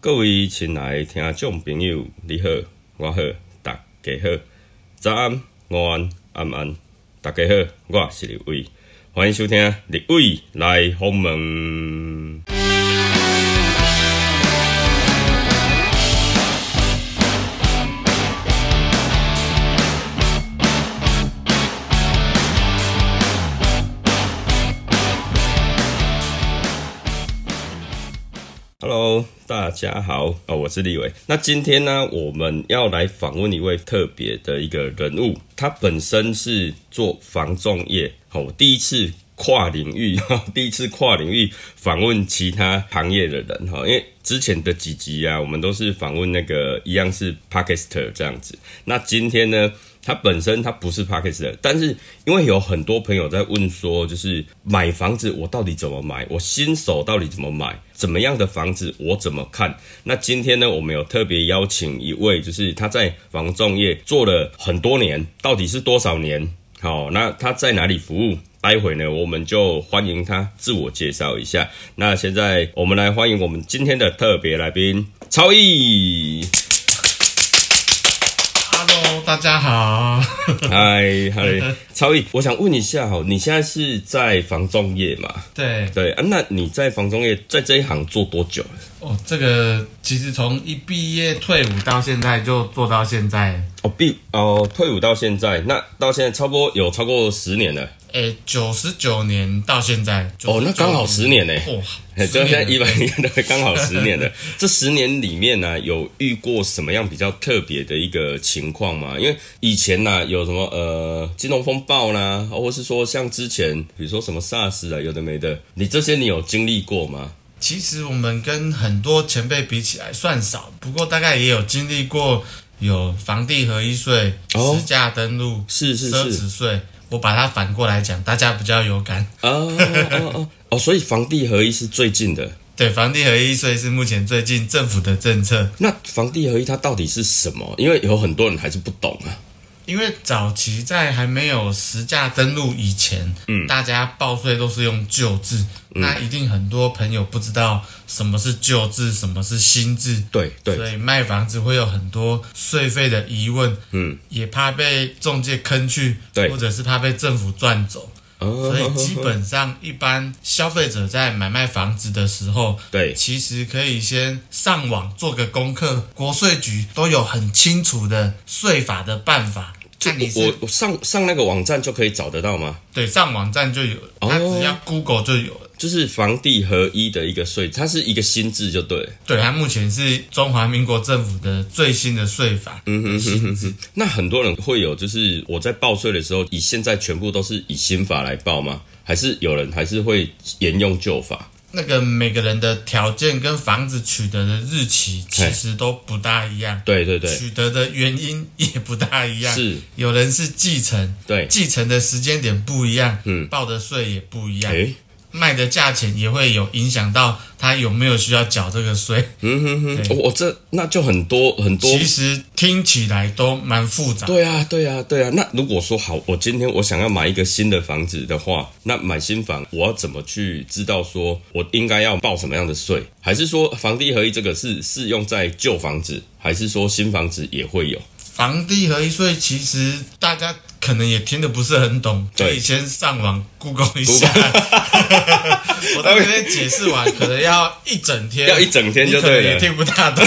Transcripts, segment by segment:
各位亲爱的听众朋友，你好，我好，大家好，早安、午安、晚安，大家好，我是李伟，欢迎收听李伟来访问。Hello，大家好，哦，我是立伟。那今天呢，我们要来访问一位特别的一个人物，他本身是做防重业，好、我第一次跨领域， 哈，第一次跨领域访问其他行业的人，哦哈、因为之前的几集啊，我们都是访问那个一样是 p a k i s t e r 这样子。那今天呢，他本身他不是 p a k i s t e r 但是因为有很多朋友在问说，就是买房子我到底怎么买？我新手到底怎么买？怎么样的房子我怎么看？那今天呢，我们有特别邀请一位，就是他在房仲业做了很多年，到底是多少年？好，那他在哪里服务？待会呢，我们就欢迎他自我介绍一下。那现在我们来欢迎我们今天的特别来宾超毅。 Hello，大家好。 嗨哎嗨，超毅，我想问一下哈，你现在是在房仲业嘛？对，对啊，那你在房仲业在这一行做多久了？哦，这个其实从一毕业退伍到现在就做到现在，哦，毕哦，退伍到现在，那到现在差不多有超过十年 了。诶，哎九十九年到现在。哦，那刚好十年呢、 哇，欸，十就年现在一了百年对， 刚好十年了。这十年里面呢、有遇过什么样比较特别的一个情况吗？因为以前呢、有什么呃金融风暴啦、或是说像之前比如说什么 SARS 啊，有的没的，你这些你有经历过吗？其实我们跟很多前辈比起来算少，不过大概也有经历过有房地合一税、哦实价登录、是是奢是侈税。我把它反过来讲，大家比较有感。啊哦哦哦哦，所以房地合一是最近的。对，房地合一税是目前最近政府的政策。那房地合一它到底是什么？因为有很多人还是不懂啊。因为早期在还没有实价登录以前，嗯，大家报税都是用旧制，嗯那一定很多朋友不知道什么是旧制，什么是新制，对对，所以卖房子会有很多税费的疑问，嗯，也怕被中介坑去，对或者是怕被政府赚走，所所以基本上一般消费者在买卖房子的时候，对其实可以先上网做个功课，国税局都有很清楚的税法的办法。看你我是我上上那个网站就可以找得到吗？对上网站就有了，哦它只要 Google 就有了。就是房地合一的一个税，它是一个新制，就对了。对，它目前是中华民国政府的最新的税法。嗯嗯嗯嗯。那很多人会有，就是我在报税的时候，以现在全部都是以新法来报吗？还是有人还是会沿用旧法？那个每个人的条件跟房子取得的日期其嘿实都不大一样，对对对，取得的原因也不大一样。是，有人是继承，对，继承的时间点不一样，嗯哎报的税也不一样，诶，卖的价钱也会有影响到他有没有需要缴这个税。嗯哼哼，对我、这那就很多很多。其实听起来都蛮复杂。对啊，对啊，对啊。那如果说好，我今天我想要买一个新的房子的话，那买新房我要怎么去知道说我应该要报什么样的税？还是说房地合一这个是适用在旧房子，还是说新房子也会有？ 房地合一税其实大家可能也听得不是很懂，对可以先上网 Google 一下。 我在这边解释完，可能要一整 天，要一整天就你可能对了也听不大 懂。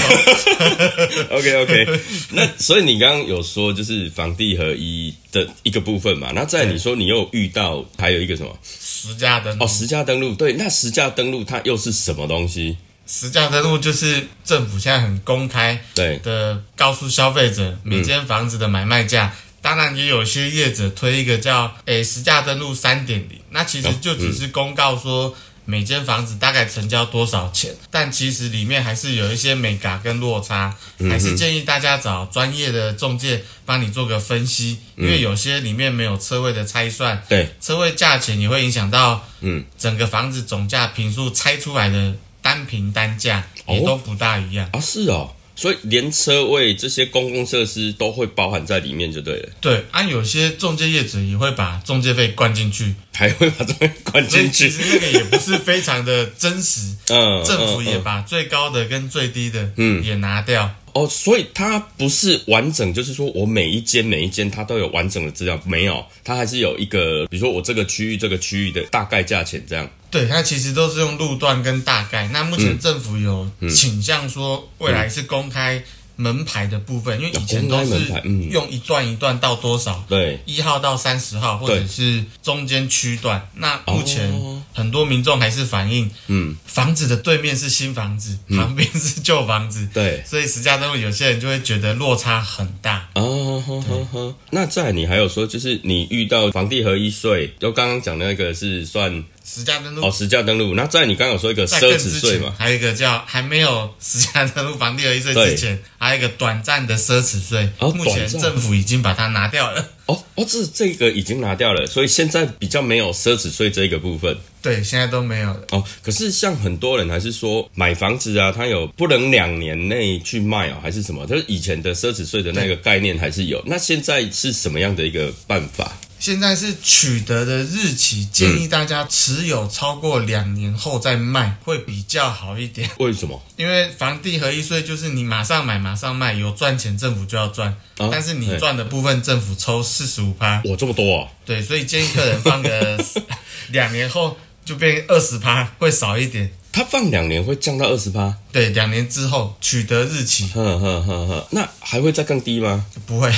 OK OK，那所以你刚刚有说就是房地合一的一个部分嘛，那在你说你又遇到还有一个什么实价登录哦，实价登录，对，那实价登录它又是什么东西？实价登录就是政府现在很公开对的告诉消费者每间房子的买卖价。当然，也有些业者推一个叫“诶实价登录三点零”，那其实就只是公告说每间房子大概成交多少钱，但其实里面还是有一些美嘎跟落差，嗯还是建议大家找专业的中介帮你做个分析，因为有些里面没有车位的拆算，嗯对，车位价钱也会影响到嗯整个房子总价平数拆出来的单平单价也哦都不大一样。啊是哦，所以连车位这些公共设施都会包含在里面就对了，对，啊，有些中介业者也会把中介费灌进去，还会把这 个灌所以进其去实。那个也不是非常的真实。 嗯，政府嗯也嗯把最高的跟最低的，嗯，也拿掉。哦，所以它不是完整，就是说我每一间每一间它都有完整的资料，没有，它还是有一个，比如说我这个区域这个区域的大概价钱这样。对，它其实都是用路段跟大概。那目嗯前政府有倾向说，未来是公开门牌的部分，因为以前都公开是门牌嗯用一段一段到多少，对，一号到三十号，或者对是中间区段。那目前哦很多民众还是反映，嗯，房子的对面是新房子，旁边是旧房子，对。所以实价登录有些人就会觉得落差很大。哦，好好好。那再来你还有说，就是你遇到房地合一税，就刚刚讲那个是算实价登录哦实价登录。那再来你刚刚有说一个在奢更侈之税前嘛，，还有一个叫还没有实价登录房地合一税之前，还有一个短暂的奢侈税，哦目短前暂政府已经把它拿掉了。哦哦，这这个已经拿掉了，所以现在比较没有奢侈税这一个部分。对，现在都没有了。哦，可是像很多人还是说买房子啊，他有不能两年内去卖啊，还是什么？就是以前的奢侈税的那个概念还是有。那现在是什么样的一个办法？现在是取得的日期，建议嗯大家持有超过两年后再卖会比较好一点，为什么？因为房地合一税就是你马上买马上卖，有赚钱政府就要赚，啊但是对你赚的部分政府抽四十五趴，我这么多啊？对，所以建议客人放 个两年后就变二十趴，会少一点。他放两年会降到二十八？对，两年之后取得日期哼哼哼哼，那还会再更低吗？不会，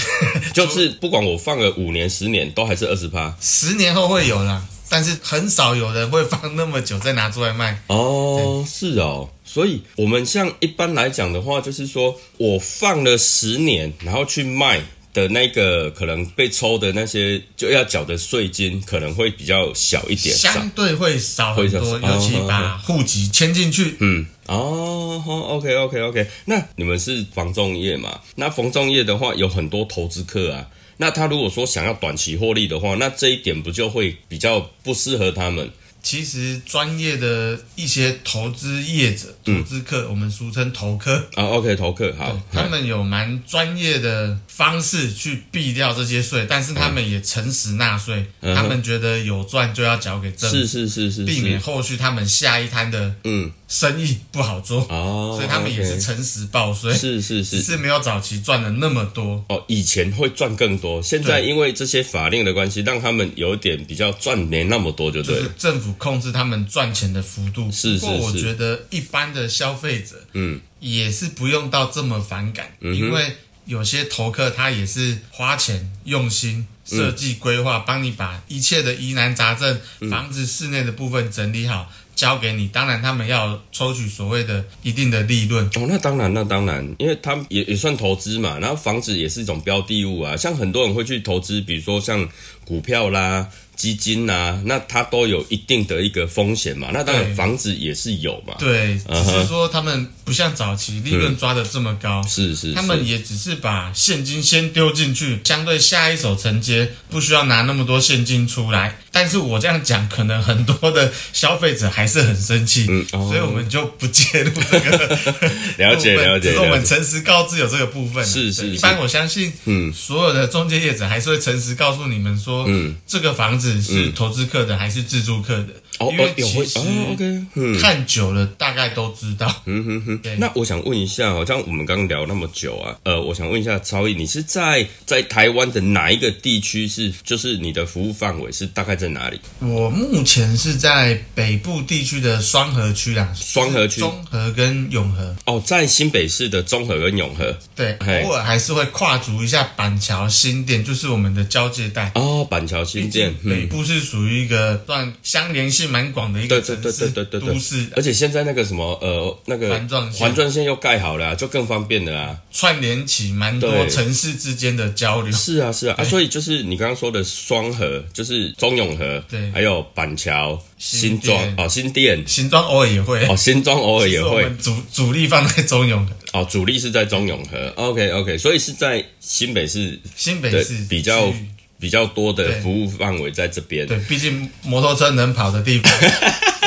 就是不管我放了五年、十年，都还是二十八十年后会有啦，但是很少有人会放那么久再拿出来卖。哦。是哦，所以我们像一般来讲的话，就是说我放了十年，然后去卖的那个可能被抽的那些就要缴的税金，可能会比较小一点。相对会少很多，会少尤其哦把户籍迁进去，嗯，哦、o k OK OK，那你们是房仲业嘛？那房仲业的话，有很多投资客啊。那他如果说想要短期获利的话，那这一点不就会比较不适合他们？其实专业的一些投资业者、嗯投资客，我们俗称投科，啊，OK，投客好， 他们有蛮专业的方式去避掉这些税，但是他们也诚实纳税，嗯哼他们觉得有赚就要缴给政是府，是是是，避免是后续他们下一摊的嗯生意不好做。哦，所以他们也是 OK 诚实报税，是是是只是没有早期赚的那么多。哦，以前会赚更多，现在对因为这些法令的关系，让他们有点比较赚没那么多就就对是了。政府控制他们赚钱的幅度，是不过是我是觉得一般的消费者，嗯，也是不用到这么反感，因为有些投客他也是花钱用心嗯设计规划，帮你把一切的疑难杂症、嗯房子室内的部分整理好，交给你。当然，他们要抽取所谓的一定的利润，哦，那当然，那当然，因为他们也也算投资嘛，然后房子也是一种标的物啊，像很多人会去投资，比如说像股票啦、基金啦，那它都有一定的一个风险嘛。那当然，对房子也是有嘛。，对，只嗯哼嗯是说他们不像早期利润抓的这么高，是是是。他们也只是把现金先丢进去，相对下一手承接，不需要拿那么多现金出来。但是我这样讲，可能很多的消费者还是很生气，哦所以我们就不介入这个 了解部分了解只是我了们解诚实告知有这个部分啊，是是对一是般我相信，嗯嗯，所有的中介业者还是会诚实告诉你们说，嗯嗯，这个房子是投资客的还是自住客的，哦因哦为有其会实哦，OK，嗯。看久了大概都知道。嗯哼哼对，那我想问一下，好像我们刚刚聊那么久啊，呃，我想问一下超毅，你是在在台湾的哪一个地区是，就是你的服务范围是大概在哪里？我目前是在北部地区的双河区啦，双河区中和跟永和，哦，在新北市的中和跟永和对，嘿偶尔还是会跨足一下板桥新店，就是我们的交界带。哦，板桥新店，北嗯，部是属于一个算相连性蛮广的一对个对城对对市对对对都市，而且现在那个什么呃那个环状线环状线又盖好了啊、就更方便了啊。串联起蛮多对城市之间的交 流。是啊是啊啊，所以就是你刚刚说的双河，就是中永和，对还有板桥新新庄店哦新店新庄偶尔也会，哦新庄偶尔也是我会们主主力放在中永和、哦，主力是在中永和，OK OK，所以是在新北市新的北市比较区域比较多的对服务范围在这边。 对，毕竟摩托车能跑的地方，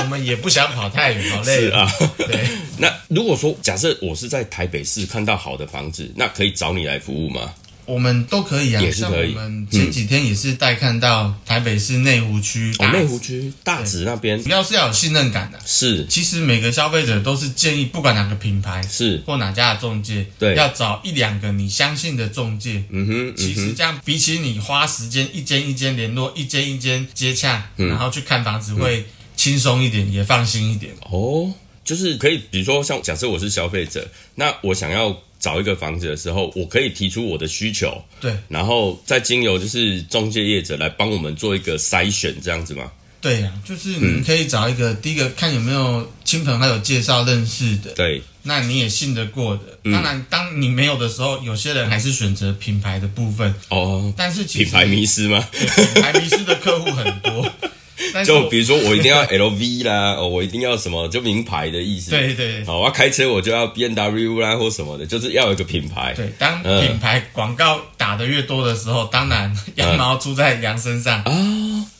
我们也不想跑太远，好累。是啊，对， 那如果说假设我是在台北市看到好的房子，那可以找你来服务吗？我们都可以啊，也是可以像我们前几天也是带看到台北市内湖区，哦，内湖区大直那边主要是要有信任感的、是其实每个消费者都是建议，不管哪个品牌是，或哪家的中介，对要找一两个你相信的中介。嗯哼，嗯其哼实这样，比起你花时间一间一间联络、一间一间接洽，嗯然后去看房子，会轻松一点，也放心一点。哦，就是可以，比如说像假设我是消费者，那我想要找一个房子的时候，我可以提出我的需求，对然后再经由就是中介业者来帮我们做一个筛选，这样子吗？对呀、就是嗯你可以找一个、第一个看有没有亲朋好友介绍认识的，对，那你也信得过的。嗯当然，当你没有的时候，有些人还是选择品牌的部分，哦，但是其实品牌迷失吗？品牌迷失的客户很多。但 是就我比如说我一定要 LV 啦，哦，我一定要什么，就名牌的意思。哦对对好，我要开车我就要 B N W 啦或什么的，就是要有一个品牌。对，当嗯品牌广告打的越多的时候，当然羊毛出在羊身上，啊，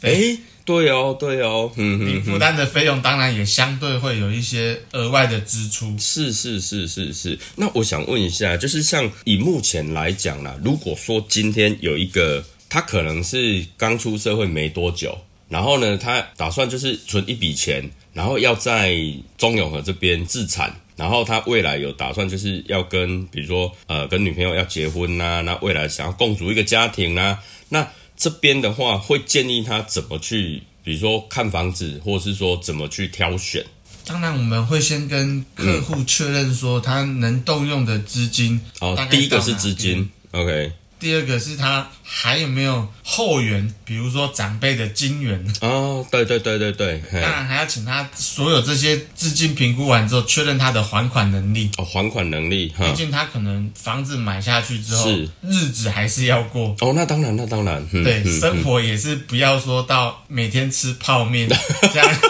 诶，对哦，对哦，嗯你哼负担的费用当然也相对会有一些额外的支出。是是是是是，那我想问一下，就是像以目前来讲啦，如果说今天有一个他可能是刚出社会没多久，然后呢，他打算就是存一笔钱，然后要在中永和这边自产，然后他未来有打算就是要跟比如说呃跟女朋友要结婚呐、那未来想要共组一个家庭啊，那这边的话会建议他怎么去，比如说看房子，或是说怎么去挑选。当然，我们会先跟客户确认说他能动用的资金，哦大，概第一个到是哪资边金，OK。第二个是他还有没有后援，比如说长辈的金援。哦，对对对对对，嘿当然还要请他所有这些资金评估完之后，确认他的还款能力。哦，还款能力哈毕，竟他可能房子买下去之后是，日子还是要过。哦，那当然，那当然，嗯对，嗯生活也是不要说到每天吃 泡面这样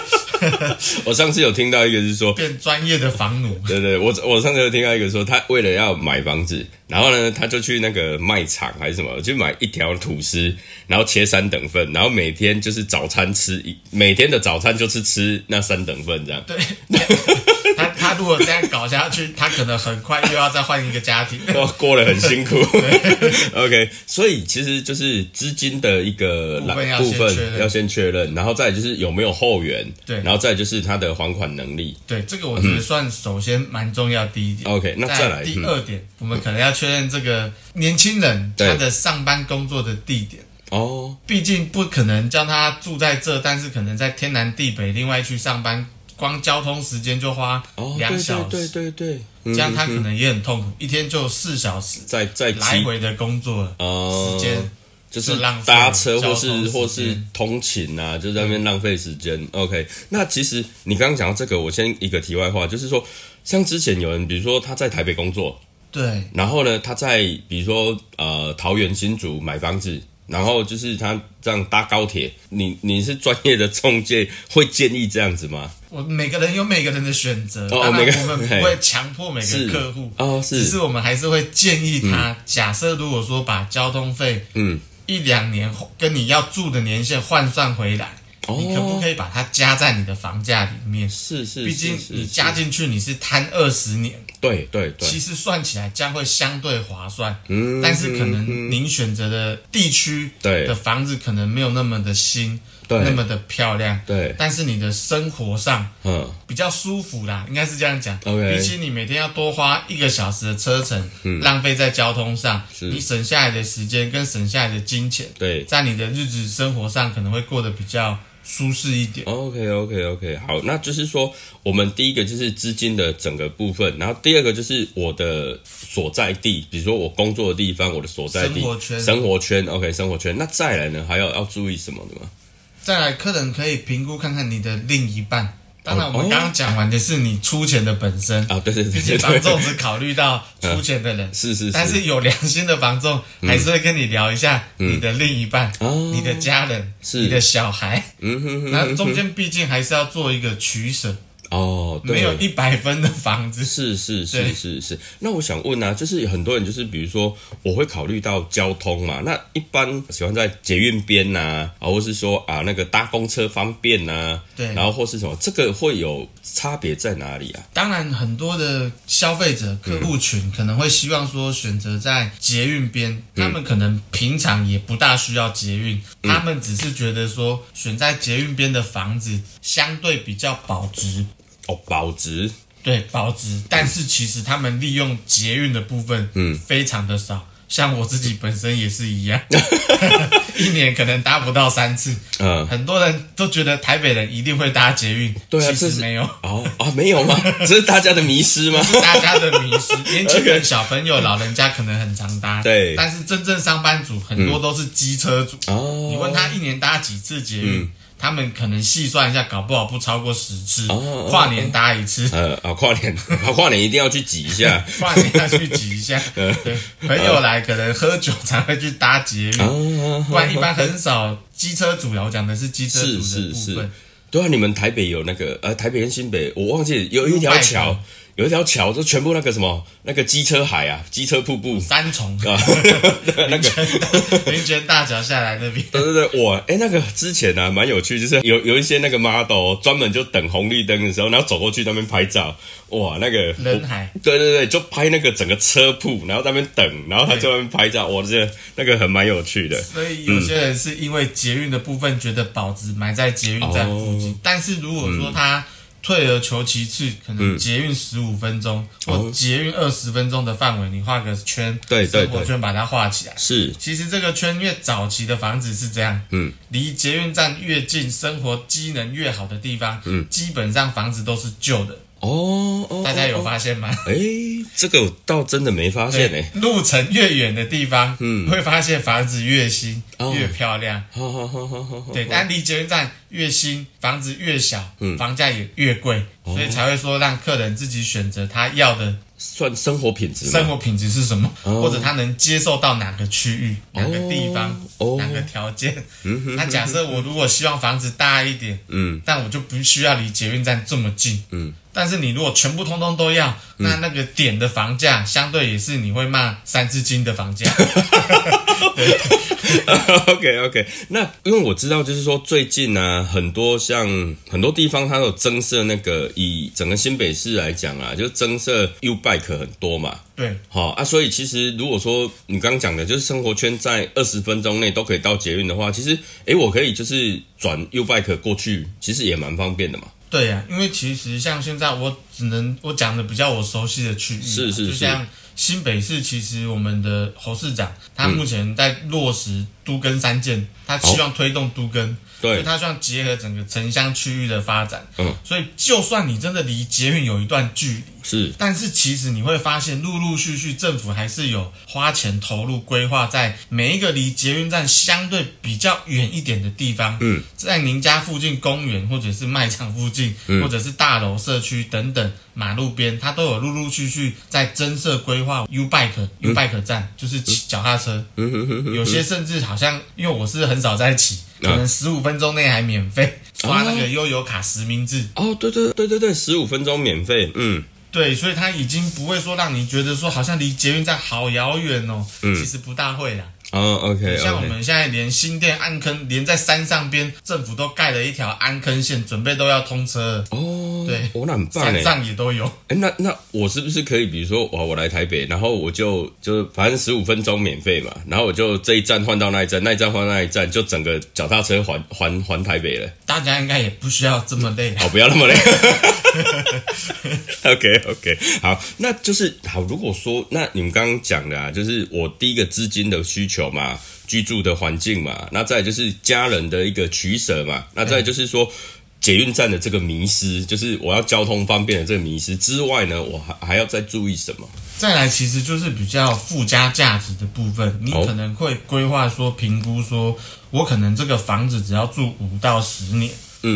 我上次有听到一个是说，变专业的房奴。对对，我我上次有听到一个说，他为了要买房子，然后呢，他就去那个卖场还是什么，就买一条吐司，然后切三等份，然后每天就是早餐吃一，每天的早餐就是吃那三等份这样。 对，他他如果这样搞下去，他可能很快又要再换一个家庭。都 过得很辛苦。OK，所以其实就是资金的一个部分要部先分确认要先确认，然后再来就是有没有后援，对然后再来就是他的还款能力。对，这个我觉得算首先蛮重要第一点。 OK，那再来第嗯二点，我们可能要确认这个年轻人对他的上班工作的地点。哦，毕竟不可能叫他住在这，但是可能在天南地北另外去上班，光交通时间就花哦，两小时，对对对对，这样他可嗯嗯能也很痛苦，一天就四小时再再来骑回的工作了，哦时间就是就浪费搭车交或是通时间嗯或是通勤啊，就在那边浪费时间。OK，那其实你刚刚讲到这个，我先一个题外话，就是说，像之前有人，比如说他在台北工作，对然后呢，他在比如说呃桃园新竹买房子，然后就是他这样搭高铁，你你是专业的中介，会建议这样子吗？我每个人有每个人的选择，哦当每个然我们不会强迫每是个客户，哦，只是是我们还是会建议他，假设如果说把交通费嗯一两年跟你要住的年限换算回来，哦你可不可以把它加在你的房价里面？是是，毕竟是是你加进去你是摊二十年，对对对，其实算起来将会相对划算，嗯但是可能您选择的地区对的房子可能没有那么的新，对那么的漂亮，对但是你的生活上嗯比较舒服啦，应该是这样讲。 OK 嗯比起你每天要多花一个小时的车程，浪费在交通上，是你省下来的时间跟省下来的金钱，对。在你的日子生活上可能会过得比较舒适一点。 OK OK OK，好，那就是说，我们第一个就是资金的整个部分，然后第二个就是我的所在地，比如说我工作的地方，我的所在地，生活圈生活圈，OK，生活圈。那再来呢，还有要注意什么的吗？再来，客人可以评估看看你的另一哦半。当然，我们刚刚讲完的是你出钱的本身，啊，对对对毕对竟房对 仲，只考虑到出钱的人，是是是，但是有良心的房仲还是会跟你聊一下你的另一半、嗯哦你的家人、是你的小孩，嗯哼哼，那中间毕竟还是要做一个取舍。啊、哦，对没有一百分的房子。是是对是是是。那我想问啊，就是很多人就是比如说，我会考虑到交通嘛，那一般喜欢在捷运边呐、啊，啊，或是说啊那个搭公车方便呐、啊，对然后或是什么，这个会有差别在哪里啊？当然，很多的消费者客户群可能会希望说选择在捷运边，嗯他们可能平常也不大需要捷运，他们只是觉得说选在捷运边的房子相对比较保值，哦，保值对保值。但是其实他们利用捷运的部分，嗯，非常的少。像我自己本身也是 一样，一年可能搭不到三次。嗯很多人都觉得台北人一定会搭捷运，对啊其这实是没有。哦啊，没有 吗？这是大家的迷失吗？ 大家的迷失，年轻人、小朋友、老人家可能很常搭，对但是真正上班族很多都是机车族，哦，嗯你问他一年搭几次捷运，他们可能细算一下，搞不好不超过十次哦，跨年搭一 次。呃啊，跨年啊，跨年一定要去挤一 下跨年要去挤一下，嗯对，朋友来可能喝酒才会去搭捷啊运，，不然一般很少机车族啦。我讲的是机车是族的是部是分，，对啊，你们台北有那个呃，台北跟新北，我忘记有一条路桥拜，有一条桥就全部那个什么那个机车海啊，机车瀑布三重 啊， 那个。林泉大桥下来那边，对对对，我哎，那个之前啊，蛮有趣，就是有有一些那个 model 哦专门就等红绿灯的时候，然后走过去那边拍照，哇，那个人海 我对对对，就拍那个整个车库，然后在那边等，然后他就在那边拍照，我这那个很蛮有趣的。所以有些人是因为捷运的部分觉得保值埋在捷运站附近，哦但是如果说他退而求其次，可嗯能捷运十五分钟、或捷运二十分钟的范围，你画个圈，对对生活对圈把它画起来。是其实这个圈，因为早期的房子是这样，嗯，离捷运站越近，生活机能越好的地方，嗯，基本上房子都是旧的，哦哦，大家有发现吗？哎、这个我倒真的没发现哎、路程越远的地方，嗯，会发现房子越新、哦越漂亮，好好好好好好，对，但离捷运站越新，房子越小，嗯房价也越贵，哦所以才会说让客人自己选择他要的算生活品质吗 生活品质是什么，哦或者他能接受到哪个区域、哪个地方、哦哪个条件。那假设我如果希望房子大一点，嗯，但我就不需要离捷运站这么近，嗯。但是你如果全部通通都要，那那个点的房价相对也是你会骂三字经的 房价， OK OK，那因为我知道，就是说最近啊，很多像很多地方，它有增设那个，以整个新北市来讲啊，就增设 U Bike 很多嘛，对。好、啊，所以其实如果说你刚刚讲的，就是生活圈在二十分钟内都可以到捷运的话，其实诶，我可以就是转 U Bike 过去，其实也蛮方便的嘛。对呀、因为其实像现在我只能我讲的比较我熟悉的区域嘛，啊是是就是像新北市，其实我们的侯市长他目前在落实都更三建，他希望推动都更，所以哦对，他希望结合整个城乡区域的发展。嗯，所以就算你真的离捷运有一段距离，是但是其实你会发现，陆陆续续政府还是有花钱投入规划，在每一个离捷运站相对比较远一点的地方，嗯，在您家附近公园或者是卖场附近，或者是大楼社区等等马路边，它都有陆陆续续在增设规划 U Bike U Bike 站，就是骑脚踏车，嗯有些甚至好像因为我是很少在骑，可能十五分钟内还免费刷那个悠游卡实名制。哦，对对对对对，十五分钟免费，嗯，对，所以它已经不会说让你觉得说好像离捷运站好遥远哦，其实不大会啦。哦，OK 像我 OK，们现在连新店安坑，连在山上边，政府都盖了一条安坑线，准备都要通车了，哦，对哦，那很棒山哎。上也都有。哎，那那我是不是可以，比如说，哇，我来台北，然后我就就反正十五分钟免费嘛，然后我就这一站换到那一站，那一站换到那一站，就整个脚踏车环环环台北了。大家应该也不需要这么累啦。好，不要那么累。OK OK，好，那就是好。如果说那你们刚刚讲的啊，就是我第一个资金的需求嘛，居住的环境嘛，那再来就是家人的一个取舍嘛，那再来就是说。捷运站的这个迷失，就是我要交通方便的这个迷失之外呢，我还还要再注意什么？再来，其实就是比较附加价值的部分，你哦可能会规划说、评估说，我可能这个房子只要住五到十年，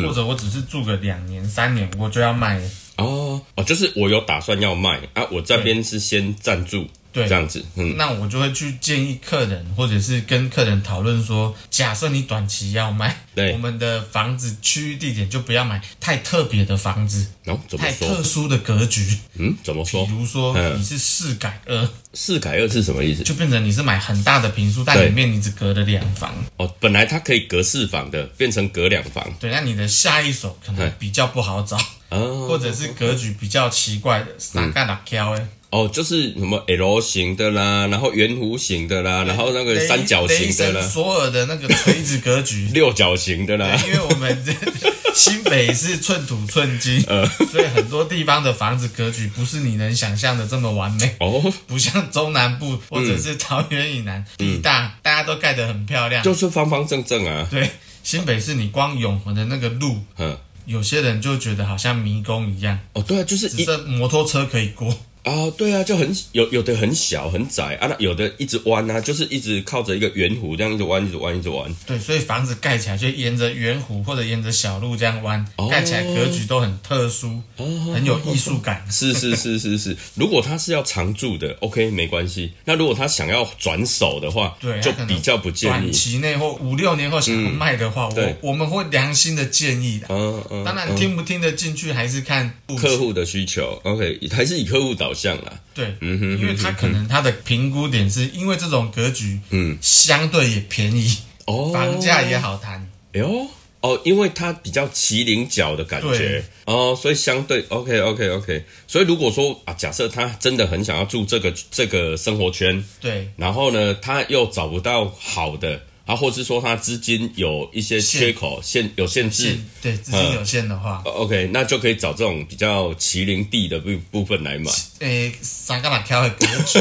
或者我只是住个两年、三年，我就要卖了。哦哦，就是我有打算要卖啊，我这边是先暂住，对这，样子，嗯，那我就会去建议客人，或者是跟客人讨论说，假设你短期要卖，对我们的房子区域地点就不要买太特别的房子，然、后怎么太特说？殊的格局，嗯，怎么比说？如说嗯你是四改二，四改二是什么意思？就变成你是买很大的平数，但对里面你只隔了两房，哦，本来它可以隔四房的，变成隔两房，对，那你的下一手可能对比较不好找，哦，或者是格局比较奇怪的，嗯三干哪挑哎，哦，就是什么 L 型的啦，然后圆弧形的啦，然后那个三角形的雷神啦，索尔的那个垂直 格局，六角形的啦，因为我们这 新北是寸土寸金，嗯所以很多地方的房子格局不是你能想象的这么完美，哦，嗯不像中南部或者是桃园以南地大，大家都盖得很漂亮。就是方方正正啊，对，新北市你光永和的那个路，嗯，有些人就觉得好像迷宫一样，哦，对啊，就是只一剩摩托车可以过。哦，对啊，就很有有的很小很窄啊，那有的一直弯啊，就是一直靠着一个圆弧这样一直弯，一直弯，一直弯。对，所以房子盖起来就沿着圆弧或者沿着小路这样弯哦，盖起来格局都很特殊，很有艺术感。是是是是 是，如果他是要常住的，OK 没关系。那如果他想要转手的话，对，就他可能比较不建议嗯短。期内或五六年后想要卖的话，对我我们会良心的建议的。嗯嗯，当然，嗯听不听得进去还是看户客型户的需求，OK 还是以客户导向啦。对，嗯哼因为他可能他的评估点是因为这种格局，嗯，相对也便宜，哦，房价也好谈。哎呦，哦，因为它比较麒麟角的感觉对哦，所以相对 OK OK OK。所以如果说啊，假设他真的很想要住这个这个生活圈，对，然后呢，他又找不到好的，啊，或是说他资金有一些缺口限有限制。限对资金有限的话，呃 OK，那就可以找这种比较麒麟地的部部分来 买。 诶，三个马挑的格局，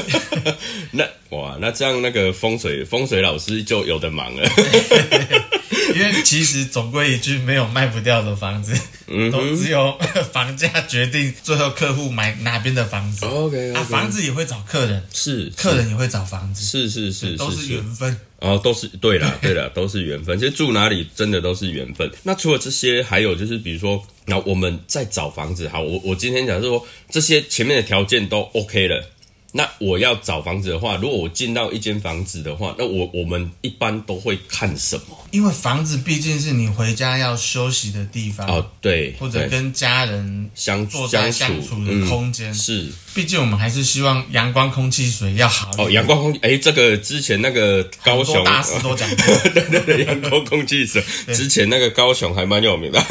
那哇，那这样那个风水风水老师就有的忙了。因为其实总归一句，没有卖不掉的房子，嗯都只有 房价决定最后客户买哪边的房子。 OK，啊，房子也会找客人，是客人也会找房子，是是是都是缘分。哦，都是对啦，对啦，都是缘分。其实住哪里真的都是缘分。那除了这些，还有就是比如说，那我们在找房子，好，我我今天假设说这些前面的条件都 OK 了，那我要找房子的话，如果我进到一间房子的话，那我我们一般都会看什么？因为房子毕竟是你回家要休息的地方，哦，对，或者对跟家人相坐在相相处的嗯空间。是毕竟我们还是希望阳光、空气、水要好。哦，阳光空气，哎，这个之前那个高很多雄哦大师都讲过， 对对对，阳光空气水，之前那个高雄还蛮有名的，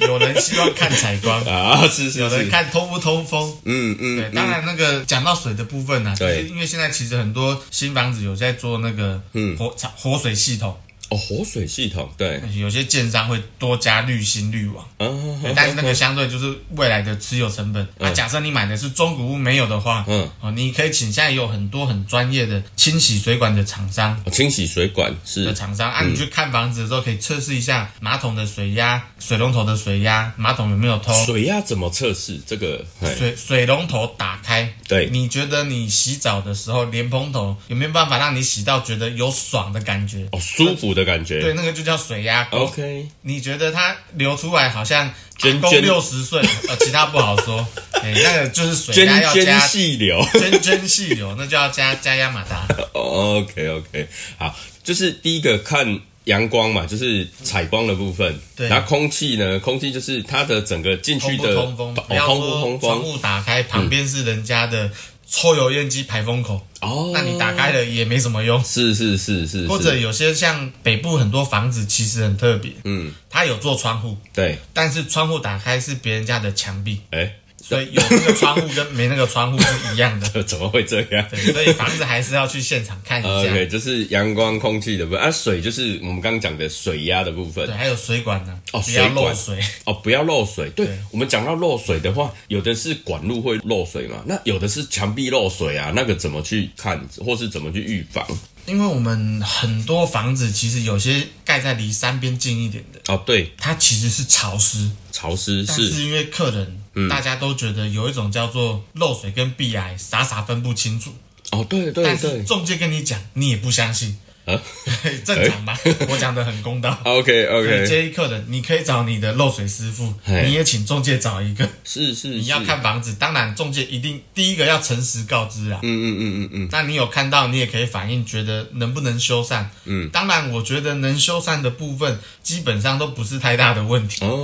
有人希望看采光啊， 是是有人是，看通不通风。嗯嗯，对，嗯当然那个讲到水的部分呢、啊，就对是因为现在其实很多新房子有在做那个活活水系统，哦，活水系统，对，有些建商会多加滤芯、滤网。啊，对 但是那个相对就是未来的持有成本。那、假设你买的是中古屋没有的话，嗯嗯，哦，你可以请现在有很多很专业的清洗水管的厂商哦清洗水管的是厂商啊，你去看房子的时候可以测试一下马桶的水压、水龙头的水压、马桶有没有偷。水压怎么测试这个？嘿水水龙头打开，对你觉得你洗澡的时候莲蓬头有没有办法让你洗到觉得有爽的感觉？哦，舒服的感对，觉。那个就叫水压锅。 OK，你觉得它流出来好像涓阿公涓六十岁，呃，其他不好 说，哎、那个就是水涓压要加涓细流。 涓涓细流，那就要加加压马达。 OK OK，好，就是第一个看阳光嘛，就是采光的部分。对然后空气呢？空气就是它的整个进 通去不的通风？哦不要通不说通窗风？户打开，旁边是人家的抽油烟机排风口，哦，那你打开了也没什么用。是是是是，或是者有些像北部很多房子其实很特别，嗯，它有做窗户，对，但是窗户打开是别人家的 墙壁，哎，所以有那个窗户跟没那个窗户是一样的。 怎么会这样？对，所以房子还是要去现场 看一下。 OK，就是阳光、空气的部分，啊，水就是我们刚刚讲的水压的部分对，。还有水管呢，哦不要漏水水。哦，不要漏水。对对我们讲到漏水的话，有的是管路会漏水嘛，那有的是墙壁漏水啊，那个怎么去看，或是怎么去预防？因为我们很多房子其实有些盖在离山边近一点的，哦，对，它其实是潮湿，潮湿但是嗯是因为客人、大家都觉得有一种叫做漏水跟壁癌傻傻分不清楚，哦，对对但是对，中介跟你讲，你也不相信， 啊正常吧？我讲的很公道。哎 ，OK 所以 OK，接一客人，你可以找你的漏水师傅，嘿你也请中介找一个。 是是，你要是，看房子，当然中介一定第一个要诚实告知啊。嗯嗯嗯嗯嗯，那你有看到，你也可以反映，觉得能不能修缮？嗯，当然，我觉得能修缮的部分基本上都不是太大的问题，因为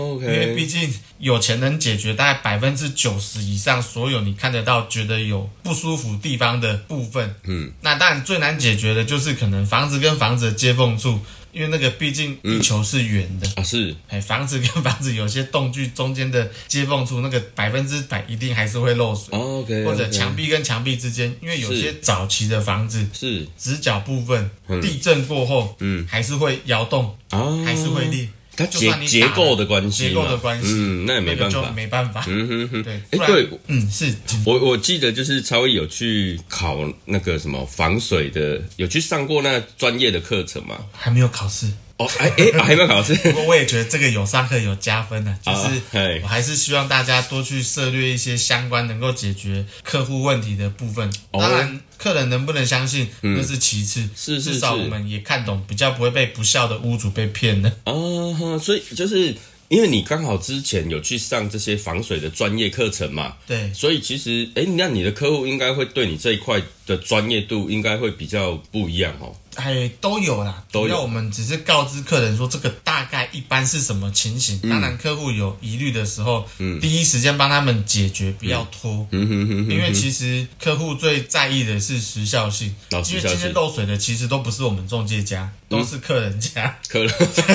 OK，毕竟有钱能解决大概百分之九十以上所有你看得到觉得有不舒服地方的部分。嗯，那当然最难解决的就是可能房子跟房子的接缝处，因为那个毕竟地球是圆的。啊是，哎，房子跟房子有些栋距中间的接缝处，那个百分之百一定还是会漏水，哦 OK，或者墙壁跟墙壁之间，因为有是些早期的房子是直角部分地震过后，嗯，还是会摇动，啊，还是会裂，它就结算你打结了构的关系嘛，结构的关系嗯，那也没那个办就法。没办法。嗯哼哼，对，哎不然对，嗯，是请我我记得就是超一有去考那个什么防水的，有去上过那专业的课程嘛？还没有考试。哦，哎哎， 还没有考试，不过我也觉得这个有上课有加分的、就啊嘿是我还是希望大家多去涉略一些相关能够解决客户问题的部分。哦嗯当然，客人能不能相信那是其次，是是至少是我们也看懂，比较不会被不孝的屋主被骗的。哦，哈所以就是因为你刚好之前有去上这些防水的专业课程嘛，对，所以其实哎，那你的客户应该会对你这一块的专业度应该会比较不一样哦。哎，都有啦，都有主要我们只是告知客人说这个大概一般是什么情形。嗯当然，客户有疑虑的时候，第一时间帮他们解决，不要拖。嗯哼哼因为其实客户最在意的是时效性，哦因时为效性嗯今天漏水的其实都不是我们中介家，都是客 人家， 可能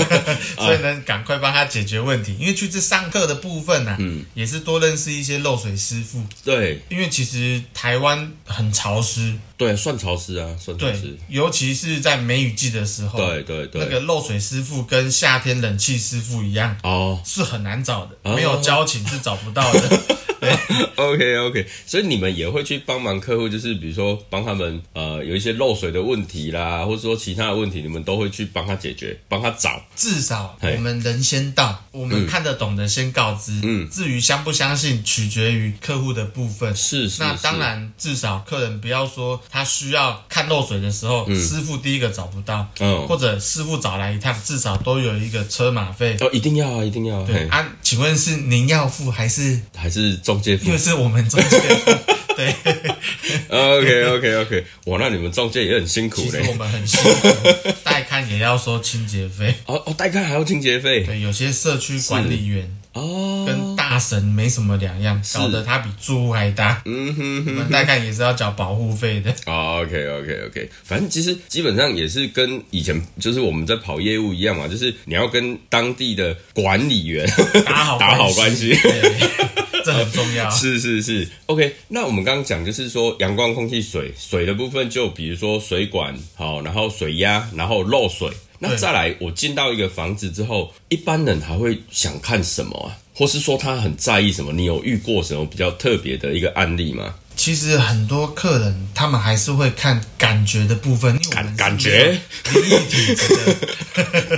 所以呢，赶快帮他解决问题。因为去这上课的部分呢、啊嗯也是多认识一些漏水师傅，对因为其实台湾很潮湿，对，算潮湿啊，算潮湿对，，尤其是在梅雨季的时候，对对对，哦那个漏水师傅跟夏天冷气师傅一样，哦，是很难找的，哦没有交情是找不到 的。 OK OK，所以你们也会去帮忙客户，就是比如说帮他们呃有一些漏水的问题啦，或者说其他的问题，你们都会去帮他解决，帮他找。至少嘿我们人先到，我们看得懂的先告知。嗯，至于相不相信，取决于客户的部分。是是那是当然，至少客人不要说他需要看漏水的时候，师傅第一个找不到，嗯或者师傅找来一趟，至少都有一个车马费。哦，一定要啊，一定要啊，对嘿啊，请问是您要付还是？还是中介付因为是我们中介 付，对， ？OK OK OK，哇，那你们中介也很辛苦其实我嘞。们很辛苦， 带看也要收清洁费。哦哦，代看还要清洁费对，有些社区管理员哦。跟大神没什么两样，搞得他比猪还大。嗯哼我哼们大概也是要缴保护费 的。哦，OK OK OK，反正其实基本上也是跟以前就是我们在跑业务一样嘛，就是你要跟当地的管理员打好 打好关系对， 这很重要。是是是，OK。那我们刚刚讲就是说阳光、空气、水，水的部分就比如说水管好，然后水压，然后漏水。那对再来，我进到一个房子之后，一般人还会想看什么啊？或是说他很在意什么？你有遇过什么比较特别的一个案例 吗？其实很多客人他们还是会看感觉的部分，因为我们感是感觉没有灵异体质 的，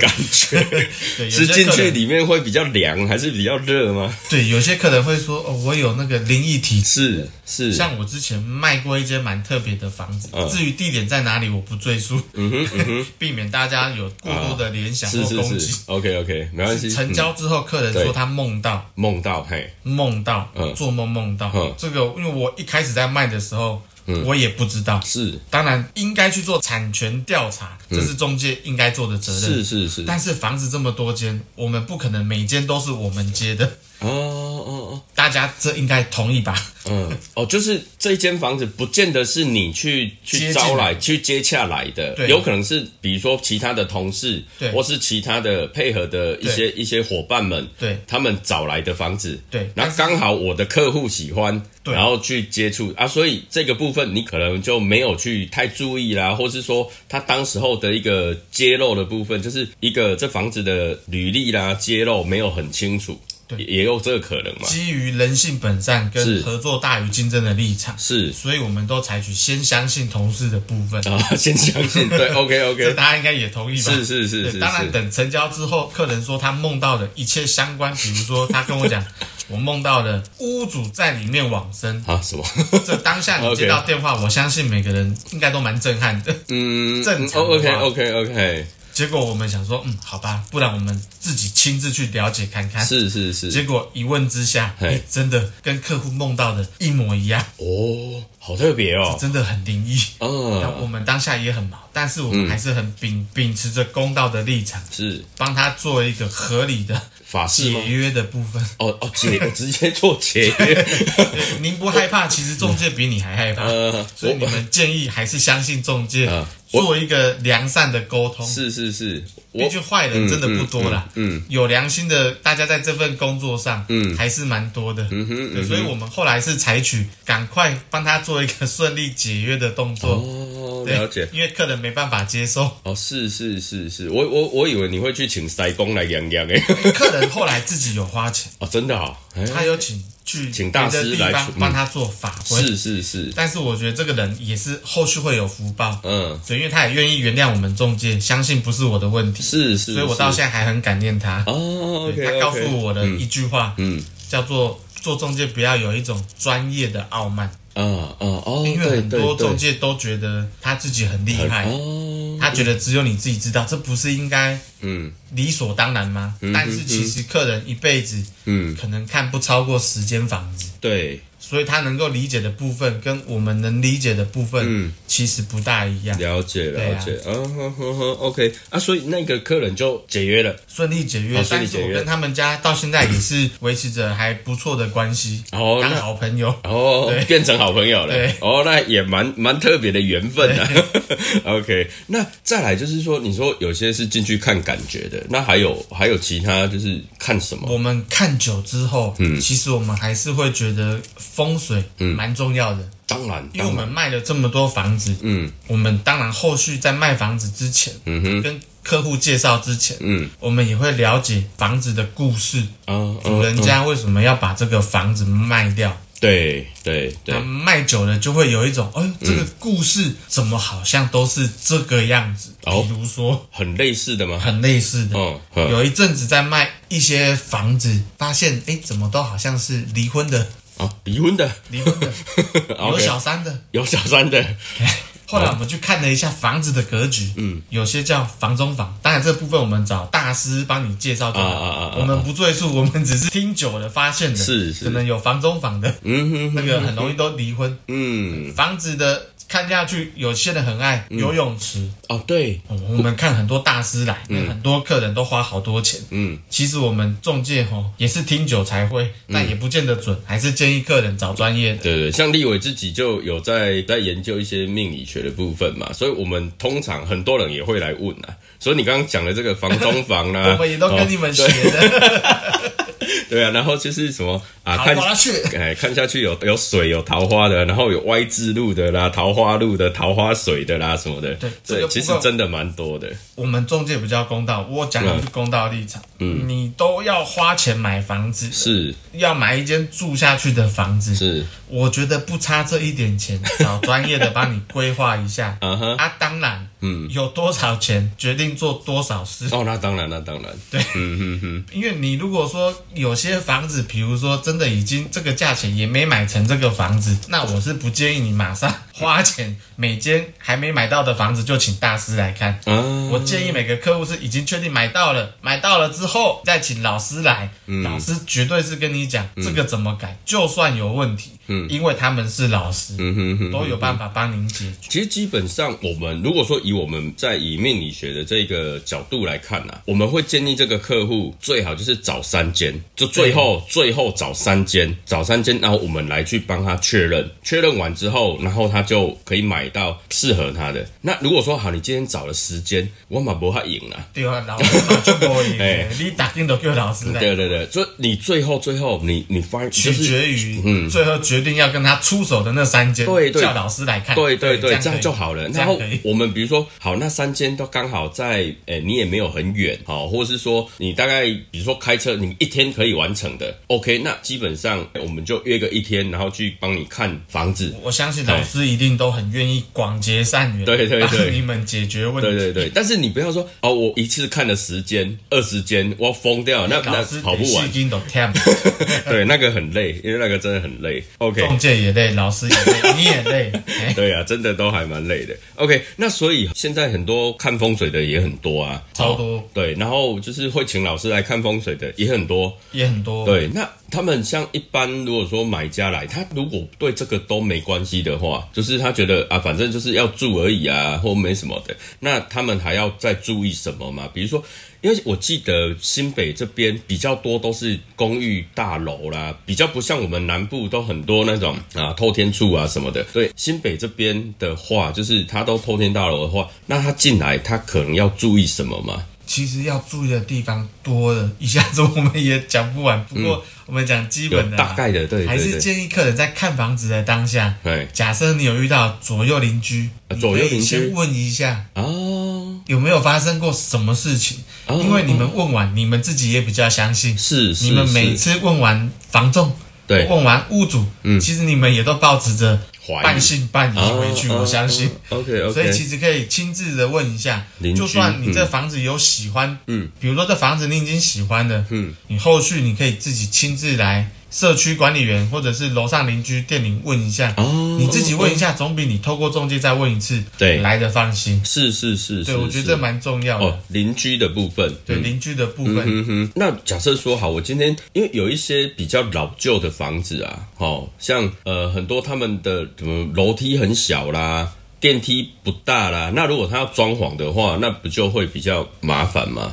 感觉对，有是些进客去人里面会比较凉，还是比较热吗？ 对有些客人会说哦，我有那个灵异体质。是是，像我之前卖过一间蛮特别的房子，嗯至于地点在哪里，我不赘述， 避免大家有过多的联想是或啊是攻击。是，OK OK，没关系。成嗯交之后，客人对说他梦到梦到嘿，梦到嗯做梦梦到嗯这个，因为我一开始在卖的时候，我也不知道。是嗯当然应该去做产权调查，这是中介应该做的责任。是是是，但是房子这么多间，我们不可能每间都是我们接的，哦哦哦。大家这应该同意吧？嗯，哦，就是这一间房子不见得是你去去接进来招来、去接洽来的，对有可能是比如说其他的同事，对或是其他的配合的一些一些伙伴们，对他们找来的房子，对然后刚好我的客户喜欢，对然后去接触啊，所以这个部分你可能就没有去太注意啦，或是说他当时候的一个揭露的部分，就是一个这房子的履历啦揭露没有很清楚，对也也有这个可能嘛？基于人性本善跟是合作大于竞争的立场，是所以我们都采取先相信同事的部分。啊， 先相信 对，OK 这 OK，大家应该也同意吧？是是是对是当然，是，等成交之后，客人说他梦到的一切相关，比如说他跟我讲， 我梦到了屋主在里面往生。啊什么？这当下你接到电话，我相信每个人应该都蛮震撼的。 嗯， 正常的话 OK OK OK，结果我们想说，嗯，好吧，不然我们自己亲自去了解看看。是是是结，果一问之下，嘿哎，真的跟客户梦到的一模一样，哦，好特别哦，真的很灵异。那啊，我们当下也很毛，但是我们还是很秉秉持着公道的立场，是帮他做一个合理的法式吗解？约的部分。哦哦，解，我直接做解 约，嗯对您不害怕，其实中介比你还害怕，呃，所以你我们建议还是相信中介啊，我做一个良善的沟通。是是是，我 毕竟坏人真的不多啦，嗯嗯嗯有良心的，大家在这份工作上，嗯，还是蛮多的，嗯哼对，所以我们后来是采取赶快帮他做一个顺利解约的动作，哦，对了解。因为客人没办法接受，哦，是是是是，我我我以为你会去请塞工来养养诶， 客人后来自己有花钱，哦，真的啊、哎他有请去请大师别的地来方处嗯帮他做法会，是是是，但是我觉得这个人也是后续会有福报，嗯，对，因为他也愿意原谅我们中介，相信不是我的问题，是是，所以我到是现在还很感念他。哦，OK，对他告诉我的一句话，嗯，叫做做中介不要有一种专业的傲慢，啊啊哦，因为对很多对对中介都觉得他自己很厉害，哦，他觉得只有你自己知道，这不是应该嗯理所当然吗？但是其实客人一辈子嗯，可能看不超过十间房子。对，所以他能够理解的部分跟我们能理解的部分，嗯其实不大一样。了解对了啊解，嗯哼哼哼，OK 啊，所以那个客人就解约了，顺利解约，哦顺但利是解约我跟他们家到现在也是维持着还不错的关系，哦当那好朋友。哦 对，变成好朋友了对。哦，那也蛮蛮特别的缘分啊。OK，那 再来就是说，你说有些是进去看感觉的，那还有还有其他就是看什么？我们看久之后，嗯，其实我们还是会觉得风水嗯蛮重要的，当然，因为我当们然，卖了这么多房子，嗯我们当然后续在卖房子之前，嗯哼，跟客户介绍之前，嗯我们也会了解房子的故事，啊，主人嗯家为什么要把这个房子卖掉。嗯对对对那，卖久了就会有一种，哎嗯呦，这个故事怎么好像都是这个样子？哦比如说很类似的吗？很类似的，嗯，嗯有一阵子在卖一些房子，发现哎，怎么都好像是离婚的，啊，离婚的，离婚 的，有哦 OK，小三的。有小三的， 后来我们去看了一下房子的格局，嗯，有些叫房中房，当然这部分我们找大师帮你介绍就好，啊啊啊啊啊我们不赘述，我们只是听久了发现的，是是可能有房中房的，嗯哼那哼，个很容易都离婚，嗯，房子的看下去，有些人很爱游泳池。哦，对，哦我们看很多大师来，很多客人都花好多钱。嗯，其实我们中介吼也是听久才会，但也不见得准，还是建议客人找专业的。对对，像立伟自己就有在在研究一些命理学的部分嘛，所以我们通常很多人也会来问啊。所以你刚刚讲的这个房中房啦、 我们也都跟你们学啊哦的。 对对啊，然后就是什么啊，好看花去，哎看下去有有水有桃花的，然后有 Y 字路的啦、桃花路的、桃花水的啦什么的，对这对，个部其分实真的蛮多的，我们中介比较公道，我讲的是公道立场。嗯，你都要花钱买房子，是要买一间住下去的房子，是我觉得不差这一点钱，找专业的帮你规划一下。啊哈，啊，当然，嗯，有多少钱决定做多少事。哦，那当然那当然，对，因为你如果说有些房子，比如说真的已经这个价钱也没买成这个房子，那我是不建议你马上花钱每间还没买到的房子就请大师来看。啊，我建议每个客户是已经确定买到了，买到了之后再请老师来，嗯老师绝对是跟你讲这个怎么改，就算有问题，嗯，因为他们是老师，嗯哼哼。都有办法帮您解决。其实基本上，我们如果说以我们在以命理学的这个角度来看啊，我们会建议这个客户最好就是找三间，就最后最后找三间，找三间，然后我们来去帮他确认，确认完之后，然后他就可以买到适合他的。那如果说好，你今天找了十间，我马不他赢了。对啊，老师嘛就不会 哎你打定都叫老师来。对对对，所以你最后最后你你发就取是嗯决于最后决定要跟他出手的那三间，对对叫老师来看，对对对，这这样可样以就好了。这然样后可以。我们比如说，好，那三间都刚好在，诶、你也没有很远，好，或者是说你大概，比如说开车，你一天可以完成的，OK，那基本上我们就约个一天，然后去帮你看房子。我相信老师一定都很愿意广结善缘，哎对对对帮你们解决问题。对对对，但是你不要说哦，我一次看了十间、二十间，我要疯掉，那那老师跑不完已。经都 t 对，那个很累，因为那个真的很累。OK，中介也累，老师也 累，你也累。哎对啊，真的都还蛮累的。OK，那所以现在很多看风水的也很多啊，超多哦对，然后就是会请老师来看风水的也很多。也很多。，对，哦那他们像一般如果说买家来，他如果对这个都没关系的话，就是他觉得啊，反正就是要住而已啊，或没什么的，那他们还要再注意什么吗？比如说，因为我记得新北这边比较多都是公寓大楼啦，比较不像我们南部都很多那种啊透天处啊什么的。对，新北这边的话，就是他都透天大楼的话，那他进来他可能要注意什么吗？其实要注意的地方多了，一下子我们也讲不完。不过我们讲基嗯有本的啦，大概的，对还对是对，建议客人在看房子的当下，哎假设你有遇到左右邻居，啊左右邻居你可以先问一下啊。有没有发生过什么事情，哦因为你们问完，你们自己也比较相信。是是你们每是，次问完房仲，对，嗯问完屋主，其实你们也都抱持着怀疑哦半信半疑回去，我相信。 OK OK，所以其实可以亲自的问一下邻，居就算你这房子有喜欢，嗯，比如说这房子你已经喜欢了，嗯，你后续你可以自己亲自来社区管理员或者是楼上邻居店里问一下，哦你自己问一下，总比你透过中介再问一次对来的放心。是是是，对，是我觉得是这蛮重要的哦，，邻居的部分，对嗯邻居的部分，嗯哼，那假设说好，我今天因为有一些比较老旧的房子啊，哦，像呃很多他们的什么楼梯很小啦，电梯不大啦，那如果他要装潢的话，那不就会比较麻烦吗？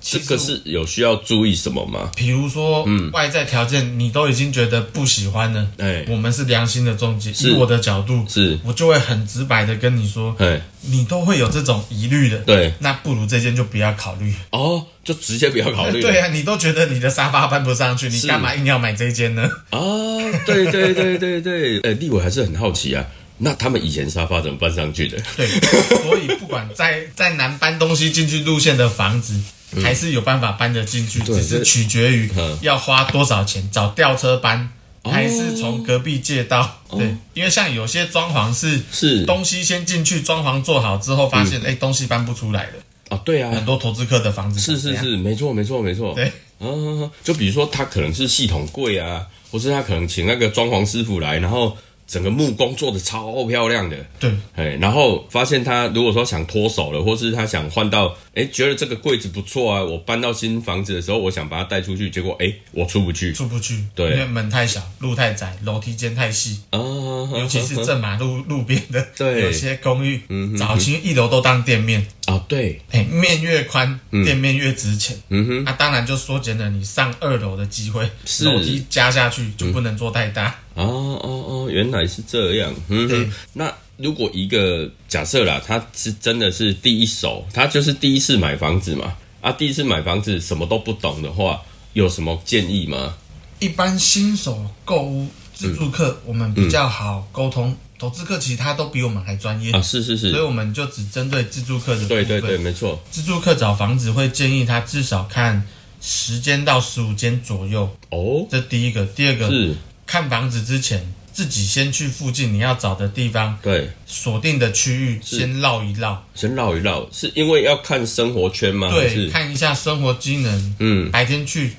这这个是有需要注意什么吗？比如说，外在条件你都已经觉得不喜欢了，哎我们是良心的中介，以我的角度，是，我就会很直白的跟你说，哎，你都会有这种疑虑的，对，那不如这件就不要考虑。哦，就直接不要考虑了。对啊，你都觉得你的沙发搬不上去，你是干嘛硬要买这间呢？哦，对对对对对，呃，立伟还是很好奇啊。那他们以前沙发怎么搬上去的？对， 所以不管在在南搬东西进去路线的房子。还是有办法搬得进去，嗯对只是这取决于嗯哦要花多少钱，找吊车搬，还是从隔壁借到。对，因为像有些装潢是是嗯东西先进去，装潢做好之后，发现哎、东西搬不出来了。哦，对 啊很，多投资客的房子是长是这样，是，没错没错没错。对，嗯、就比如说他可能是系统柜啊，或是他可能请那个装潢师傅来，然后整个木工做的超漂亮的，对，哎，然后发现他如果说想脱手了，或是他想换到，哎，觉得这个柜子不错啊，我搬到新房子的时候，我想把它带出去，结果哎，我出不去。出不去，对因为门太小，路太窄，楼梯间太细，啊，尤其是正马路路边的， 对嗯有些公寓，早期一楼都当店面，啊，对，哎，面越宽，店面越值钱，嗯哼。那当然就缩减了你上二楼的机会，是楼梯加下去就不能做太大，哦哦哦，原来是这样。嗯对哼，那如果一个假设啦，他是真的是第一手，他就是第一次买房子嘛，啊，第一次买房子什么都不懂的话，有什么建议吗？一般新手购屋自住嗯客，我们比较好沟通，投资客其实他都比我们还专业啊，，是是是所以，我们就只针对自住客的部分，对对对，没错。自住客找房子会建议他至少看十间到十五间左右，哦，这第一个。第二个，是，看房子之前，自己先去附近你要找的地方对，锁定的区域先绕一绕，先绕一绕，是因为要看生活圈吗？还对，是看一下生活机能，嗯，白天去，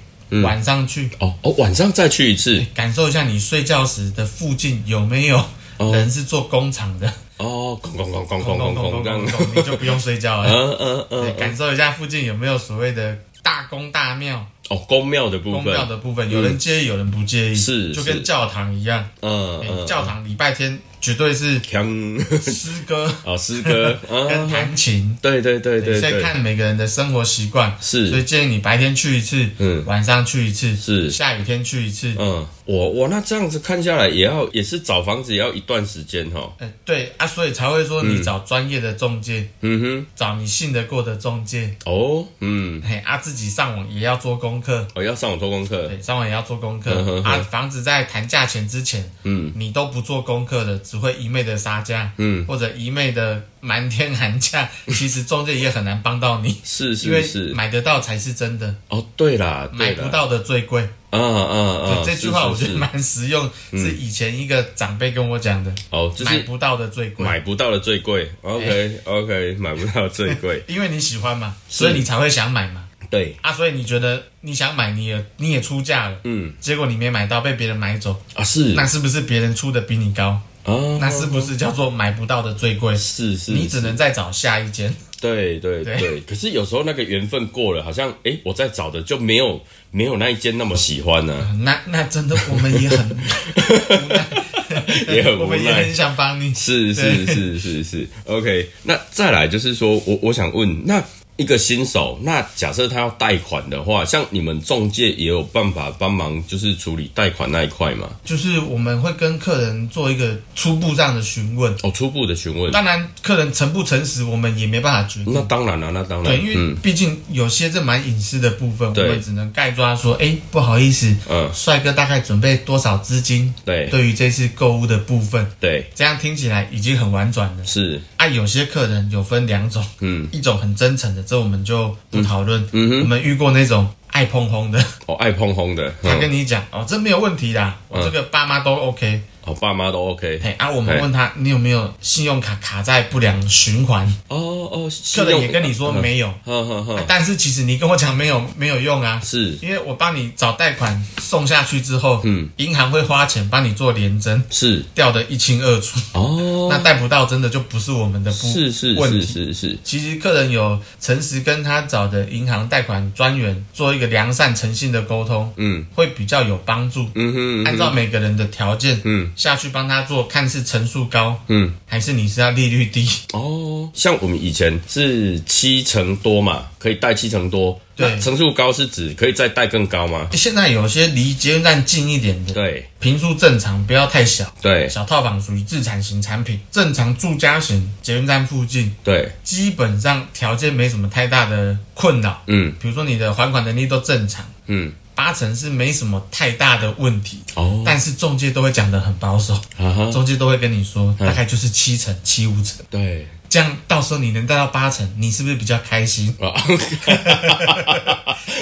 晚上去，哦哦，晚上再去一次。感受一下你睡觉时的附近有没有哦人是做工厂的，哦，咣咣咣咣咣咣咣咚咣， 咚，你就不用睡觉了。嗯嗯对嗯，嗯感受一下附近有没有所谓的大公大庙，哦，公庙的部公分庙，的部分，有人介意，有人不介意，是就是跟教堂一样，嗯哎嗯，教堂礼拜天绝对是锵， 诗歌哦，诗 歌，跟啊，弹琴，对对对对所以对，看每个人的生活习惯，是所以建议你白天去一次，嗯晚上去一次，是下雨天去一次，嗯，我我那这样子看下来，也要也是找房子也要一段时间哈、哎，对啊，所以才会说你找专业的中介，嗯找你信得过的中介，哼，哦，嗯，嘿啊，自己上网也要做功课，我、要上网做功课，对，上网也要做功课、嗯哼啊。房子在谈价钱之前，嗯，你都不做功课的，只会一昧的杀价，嗯，或者一昧的瞒天 喊价，其实中介也很难帮到你，是因是为是，买得到才是真的，哦，对啦，买对不啦，到的最贵。啊啊啊，这句话我是觉得是是蛮实用，是以前一个长辈跟我讲的，哦，就买是不到哎的最贵。，买不到的最贵，OK OK，买不到的最贵 因为你喜欢嘛，所以你才会想买嘛。对，啊，所以你觉得你想买，你也你也出价了，嗯结果你没买到，被别人买走，啊是那是不是别人出的比你高？啊，那是不是叫做买不到的最贵？是是，你只能再找下一间。对对对对，可是有时候那个缘分过了，好像哎，诶我在找的就没有没有那一间那么喜欢啊呢、那那真的我们也很无奈， 也很无奈我们也很想帮你。是是是是是，OK。那再来就是说我我想问，那一个新手，那假设他要贷款的话，像你们中介也有办法帮忙，就是处理贷款那一块嘛？就是我们会跟客人做一个初步上的询问，哦，初步的询问。当然客人诚不诚实，我们也没办法决定。那当然了、啊那当然，对，因为毕竟有些这蛮隐私的部分，我嗯对们只能盖抓说，哎，不好意思，嗯帅哥大概准备多少资金？对对于这次购物的部分，对这样听起来已经很婉转了。是，啊，有些客人有分两种，嗯， 一种很真诚的，这我们就不讨论。嗯哼我们遇过那种爱碰轰的，哦，爱碰轰的， 他嗯跟你讲，哦，这没有问题啦，我这个爸妈都 OK。哦，爸妈都 OK，嘿，啊，我们问他，你有没有信用卡卡在不良循环？哦哦，客人也跟你说，说没有，嗯呵呵呵， 但是其实你跟我讲没有没有用啊，是因为我帮你找贷款送下去之后，嗯，银行会花钱帮你做联征，是，掉得一清二楚。哦，那贷不到，真的就不是我们的不是是问是题。是是，其实客人有诚实跟他找的银行贷款专员做一个良善诚信的沟通，嗯会比较有帮助。嗯哼，嗯按照每个人的条件，嗯，下去帮他做，看是层数高，嗯，还是你是要利率低， 哦，像我们以前是七成多嘛，可以贷七成多，对那层数高是指可以再贷更高吗？现在有些离捷运站近一点的，对平数正常，不要太小。对小套房属于自产型产品，正常住家型，捷运站附近，对，基本上条件没什么太大的困扰。嗯比如说你的还款能力都正常，嗯，八成是没什么太大的问题。哦，但是中介都会讲得很保守，啊哈，中介都会跟你说嗯大概就是七成、七五成，对这样到时候你能贷到八成，你是不是比较 开心？啊，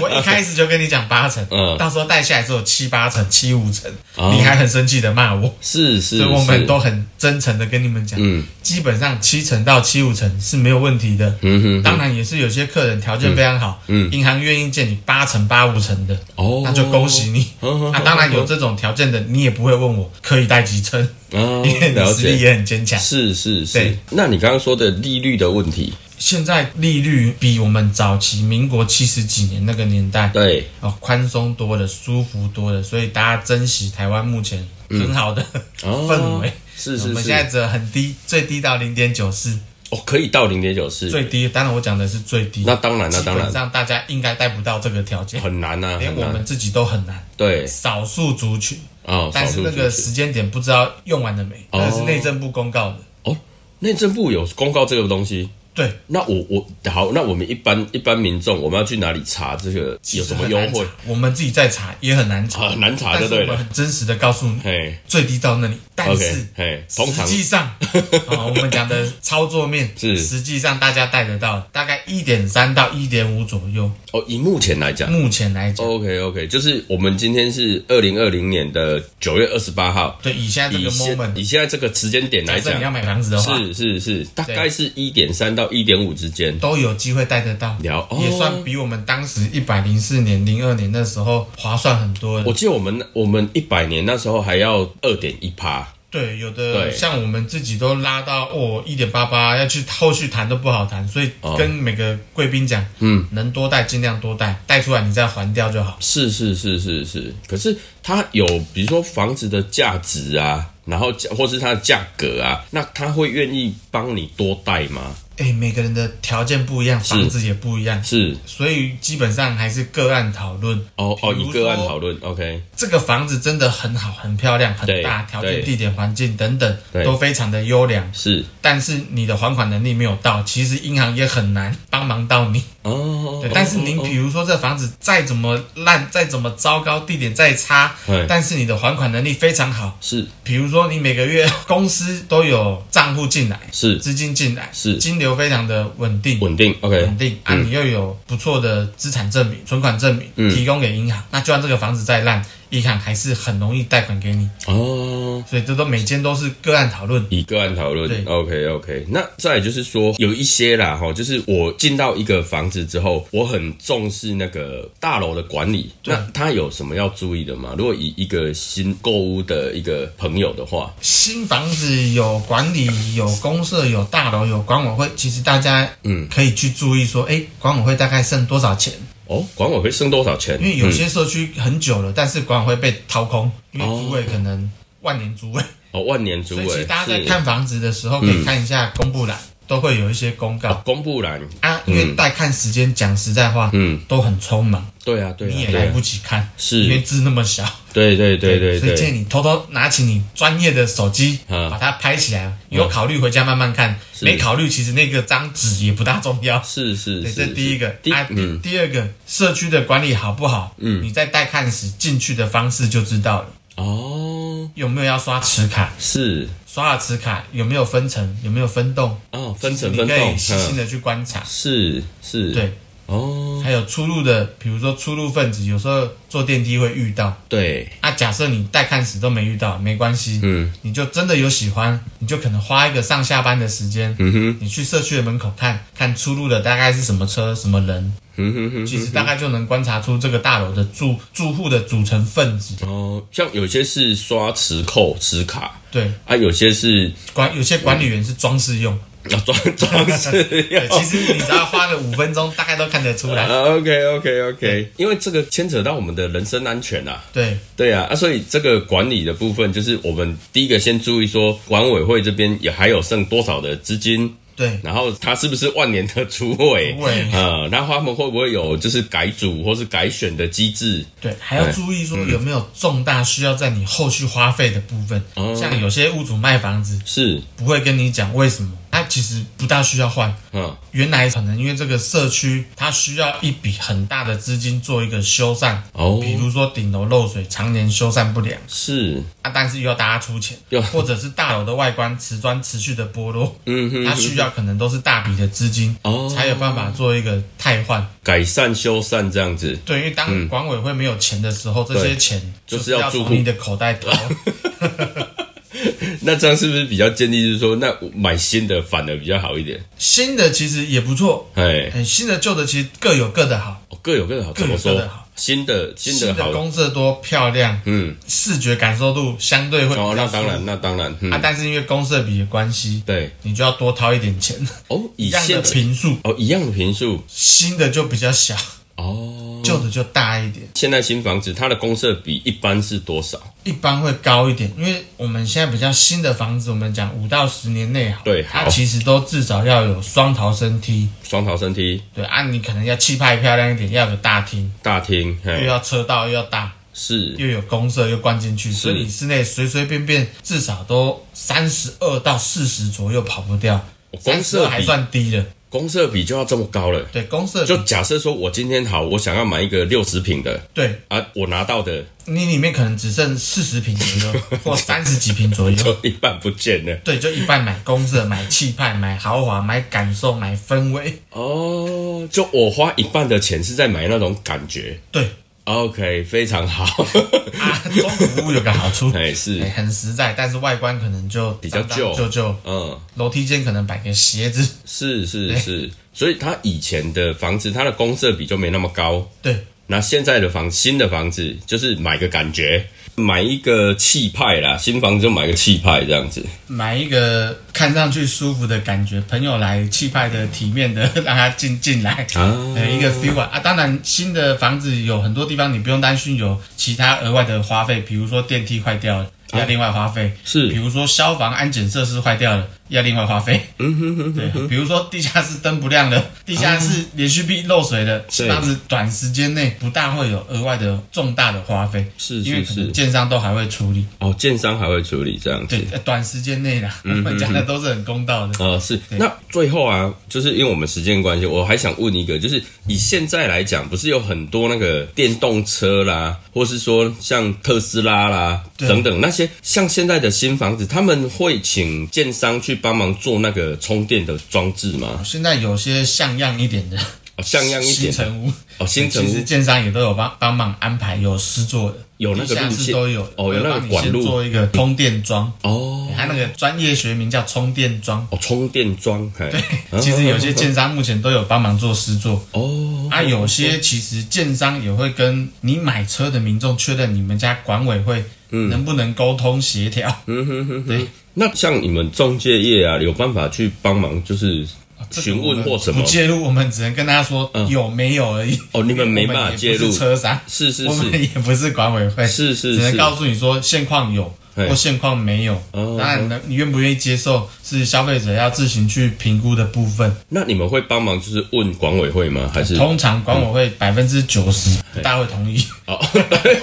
我一开始就跟你讲八成，嗯到时候贷下来只有七八成、七五成，哦你还很生气的骂我， 是是，所以我们是都很真诚的跟你们讲，嗯基本上七成到七五成是没有问题的。嗯哼，当然也是有些客人条件非常好，嗯银行愿意借你八成八五成的，哦，那就恭喜你。呵呵呵啊，当然有这种条件的，你也不会问我可以贷几成，啊因为，你了实力解。也很坚强。是是是对，那你刚刚说的利率的问题，现在利率比我们早期民国七十几年那个年代对，哦，宽松多了，舒服多了，所以大家珍惜台湾目前很好的哦氛围。是我是们是现，在只有很低，最低到零点九四，哦，可以到零点九四，最低。当然我讲的是最低，那当然，那基当本然上大家应该贷不到这个条件，很难呐，连很我难们，自己都很难。对，少数族群，哦，但是少数那个族群时间点不知道用完了没，哦那个是内政部公告的。哦，内政部有公告这个东西，对，那我我好，那我们一般一般民众，我们要去哪里查这个有什么优其实惠很难查？我们自己在查也很难啊？查，很难查但就是对我们了。很真实的告诉你，嘿最低到那里，但是，OK，嘿，通常实 际上，啊，我们讲的操作面是实际上大家带得到，大概一点三到一点五左右。哦，以目前来讲目前来讲， ，OK OK，就是我们今天是二零二零年的九月二十八号，对以现在这以个现 moment，以现在这个时间点假来设讲你，要买房子的话，是是是，大概是一点三到一点五之间。都有机会带得到，聊哦也算比我们当时一百零四年、零二年那时候划算很多我了。记得我们我们一百年那时候还要二点一趴，对，有对的像我们自己都拉到哦一点八八，要去后续谈都不好谈，所以哦跟每个贵宾讲，嗯，能多带尽量多带，带出来你再还掉就好。是是是是是，可是它有，比如说房子的价值啊，然后价或是它的价格啊，那他会愿意帮你多贷吗？哎，每个人的条件不一样，房子也不一样，是所以基本上还是个案讨论。哦哦，比一如个案说讨论，OK，这个房子真的很好，很漂亮，很对大，条件、对地点、环境等等对都非常的优良，是但是你的还款能力没有到，其实银行也很难帮忙到你。哦哦，对哦，但是您哦比如说这房子再怎么烂，再怎么糟糕，地点再差对，但是你的还款能力非常好。是比如说你每个月 公司都有账户进来，是资金进来，是金流非常的稳定。稳嗯定，OK，稳定啊，你又有不错的资产证明、存款证明嗯提供给银行，那就算这个房子再烂，银行还是很容易贷款给你。哦。所以这都每间都是个案讨论。以个案讨论对，OK OK。那再来就是说，有一些啦，哈，就是我进到一个房子之后，我很重视那个大楼的管理。那他有什么要注意的吗？如果以一个新购屋的一个朋友的话，新房子有管理、有公社、有大楼、有管委会，其实大家嗯可以去注意说，哎、管委会大概剩多少钱？哦，管委会剩多少钱？因为有嗯些社区很久了，但是管委会被掏空，因为主委可能万年主委，哦，万年主所以其实委大家在是看房子的时候可以看一下公布栏，都会有一些公告、公布栏，啊。因为带看时间，讲实在话，嗯，都很匆忙，对啊，对你啊，也对来啊不，及看，因为是，字那么小。对对对对所以对，建议你偷偷拿起你专业的手机，嗯把它拍起来，啊有考虑回家慢慢看，没考虑其实那个张纸也不大重要。是是对，是，这是第一个。第啊，第嗯第二个，社区的管理好不好？嗯，你在带看时进去的方式就知道了，哦，有没有要刷磁卡？是刷了磁卡有没有分层？有没有分栋？哦，分层你分可栋以，细心嗯的去观察。是是，对，哦，还有出入的，比如说出入分子，有时候坐电梯会遇到。对。啊，假设你带看时都没遇到，没关系，嗯，你就真的有喜欢，你就可能花一个上下班的时间，嗯哼，你去社区的门口看看出入的大概是什么车、什么人，嗯哼哼其实大概就能观察出这个大楼的住住户的组成分子。哼。哦，像有些是刷磁扣、磁卡对，啊，有些是管有些管理员是装饰用，要装装饰 用对，。其实你只要花个五分钟，大概都看得出来。啊，OK OK OK，因为呃这个牵扯到我们的人身安全啊，对，对啊，啊，所以这个管理的部分，就是我们第一个先注意说，管委会这边也还有剩多少的资金，对，然后他是不是万年的主 委，主委呃，那他们会不会有就是改组或是改选的机制？对，还要注意嗯说有没有重大需要在你后续花费的部分，哦像有些屋主卖房子是，不会跟你讲为什么，他其实不大需要换。嗯，原来可能因为这个社区它需要一笔很大的资金做一个修缮，哦比如说顶楼漏水，常年修缮不良是，啊，但是又要大家出钱又，或者是大楼的外观瓷砖持续的剥落，嗯哼，它需要可能都是大笔的资金哦才有办法做一个汰换。改善修缮这样子，对，因为当管委会没有钱的时候，这些钱嗯就是是要要住从户你的口 袋掏。那这样是不是比较建议，就是说，那我买新的反而比较好一点？新的其实也不错，哎，哎，新的旧的其实各有各的好，哦各有各的好，各怎有么各说的好？新的新新的的好，公社多漂亮，嗯，视觉感受度相对会哦，比那较舒当服。然，那当然，啊，嗯，但是因为公社比的关系，对，你就要多掏一点钱，哦，以一样的现平数，哦一样的平数新的就比较小，哦，旧的就大一点，现在新房子它的公设比一般是多少？一般会高一点，因为我们现在比较新的房子，我们讲五到十年内好，对它好其实都至少要有双逃生梯，双逃生梯、对啊，你可能要气派漂亮一点，要有个大厅，大厅，又嘿，要车道，又要大，是又有公社，又灌进去，所以你室内随随便便至少都三十二到四十左右跑不掉，哦公三十设二还比算低的，公设比就要这么高了。对，公社就假设说我今天好，我想要买一个六十平的对啊，我拿到的你里面可能只剩四十平左 右，或三十几平左右。就一半不见了。对，就一半买公社、买气派、买豪华、买感受、买氛围。哦，就我花一半的钱是在买那种感觉。对 OK，非常好。 啊，中古屋有个好处，哎，是哎，，很实在，但是外观可能就比较旧旧旧。哎嗯，楼梯间可能摆个鞋子。是是是，所以他以前的房子，它的公设比就没那么高。对那现在的房，新的房子就是买个感觉，买一个气派啦，新房子就买个气派这样子。买一个看上去舒服的感觉，朋友来气派的、体面的，让他进进来，啊呃，一个 feel 啊啊。当然，新的房子有很多地方你不用担心有其他额外的花费，比如说电梯坏掉了要另外花费，啊是比如说消防安检设施坏掉了要另外花费。嗯哼哼，啊对，比如说地下室灯不亮了，地下室连续壁漏水了，对这样子短时间内不大会有额外的重大的花费，是因为是可能是，建商都还会处理。哦，建商还会处理这样子对，。呃短时间内啦，嗯我们 讲的都是很公道的。哦，是。那最后啊，就是因为我们时间关系，我还想问一个，就是以现在来讲，不是有很多那个电动车啦，或是说像特斯拉啦对等等那些，像现在的新房子，他们会请建商去帮忙做那个充电的装置吗？现在有些像样一点的哦，像样一新点的城屋，哦，新城其实屋建商也都有帮帮忙安排有施作的，有那地个下路室线都有哦有那个帮你管路嗯先做一个充电桩，哦它那个专业学名叫充电桩。哦，充电桩，嘿， 啊其实有些建商目前都有帮忙做施作，哦啊，有些其实建商也会跟你买车的民众确认你们家管委会嗯能不能沟通协调，那像你们中介业啊，有办法去帮忙就是啊这个询我问们或什么嗯不？介入，我们只能跟他说有没有而已。哦，你们没办法介 我们也入不是，车商，是是我们是也不是管委会，是是只能是，告诉你说现况有嘿或现况没有。哦当然，能你愿不愿意接受是消费者要自行去评估的部分。那你们会帮忙就是问管委会吗？还是通常管委会百分之九十大会同意，哦，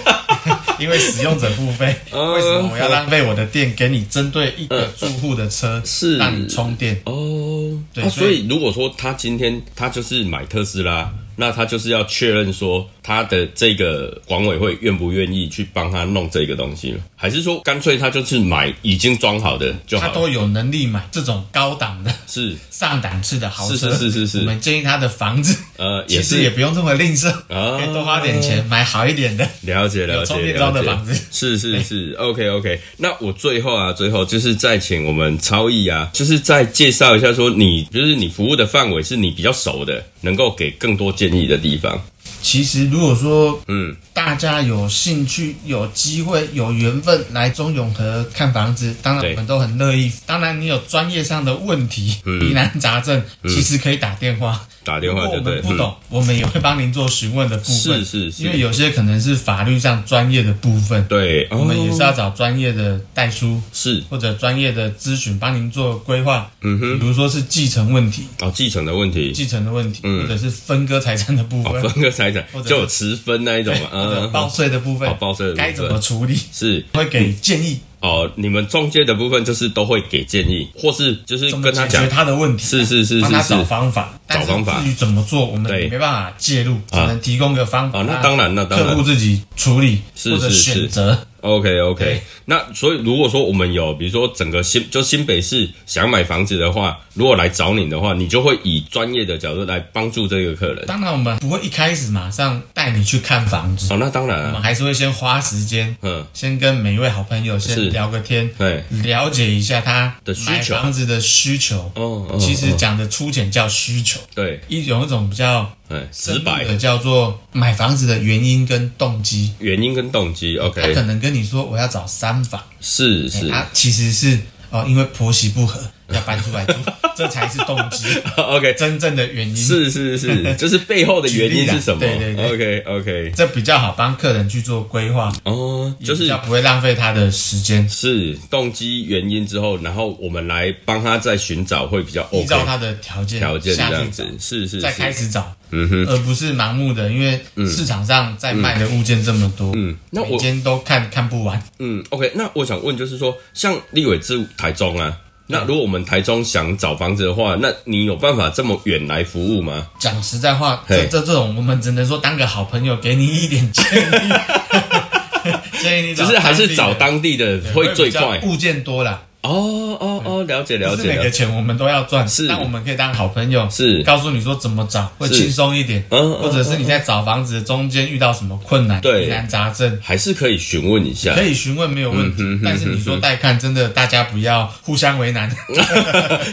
因为使用者付费。哦嗯 为什么我要浪费我的电给你针对一个住户的车，是让你充电？哦，对啊所所以以如果说他今天他就是买特斯拉，那他就是要确认说他的这个管委会愿不愿意去帮他弄这个东西了，还是说干脆他就是买已经装好的就他好了？都有能力买这种高档的是上档次的豪车，是是是是是我们建议他的房子 呃，其也实是也不用这么吝啬，啊可以多花点钱买好一点的。了解了解充电了桩的解房子是是是，OK OK。那我最后啊，最后就是再请我们超毅啊，就是再介绍一下，说你就是你服务的范围是你比较熟的，能够给更多建议的地方。其实如果说嗯，大家有兴趣、有机会、有缘分来中永和看房子，当然对我们都很乐意。当然，你有专业上的问题、疑难杂症，其实可以打电话。嗯打电话如就果我对嗯们。不懂，我们也会帮您做询问的部分。是是是因为有些可能是法律上专业的部分，对，我们也是要哦找专业的代书是或者专业的咨询帮您做规划。嗯哼，比如说是继承问题、哦，继承的问题，继承的问题，嗯或者是分割财产的部哦，分，分割财产或者是就有持分那一种嘛，或者嗯，报税的部分哦，，报税的部分该怎么处理，是会给建议，哦，你们中介的部分就是都会给建议，或是就是怎么嗯跟他解讲决，他的问题，是是是帮是他是找。方法，但是找方法至于怎么做，我们对啊也没办法介入，只能提供个方法。哦，那当然，那当然，客户自己处理是或者是是选择， OK OK，对那所以如果说我们有，比如说整个新就新北市想买房子的话，如果来找你的话，你就会以专业的角度来帮助这个客人。当然我们不会一开始马上带你去看房子，哦，那当然我们啊，还是会先花时间，嗯，先跟每一位好朋友是先聊个天，对，了解一下他的需买求房子的需求。哦，哦其实哦讲的粗浅叫需求，对，一有一种比较哎，直深入白的叫做买房子的原因跟动机。原因跟动机他可，OK，能跟你说我要找三房，哎是是他其实是哦，因为婆媳不和要搬出来住，这才是动机， ，OK，真正的原因。，是是 是，就是背后的原因是什么举例啦？OK OK，这比较好帮客人去做规划，哦，就比是较不会浪费他的时间，是动机原因之后，然后我们来帮他再寻找会比较依照 OK 他的条件条件这下样去找子，，是是再开是，始找，嗯哼。而不是盲目的，因为市场上在卖的物件这么多，嗯，那每我间都看看不完。嗯，OK，那我想问，就是说，像立伟住台中啊，那如果我们台中想找房子的话，那你有办法这么远来服务吗？讲实在话，嘿这这这种我们只能说当个好朋友，给你一点建 议，建议你就找是还是当地找的当地的会最快比较。物件多啦，哦哦哦，了解了不是解每了个解，钱我们都要赚，是但我们可以当好朋友，是告诉你说怎么找会是轻松一点，嗯嗯或者是你在找房子的中间遇到什么困难、对疑难杂症。还是可以询问一下可。以询问没有问题，嗯但是你说带看，真的大家不要互相 为难。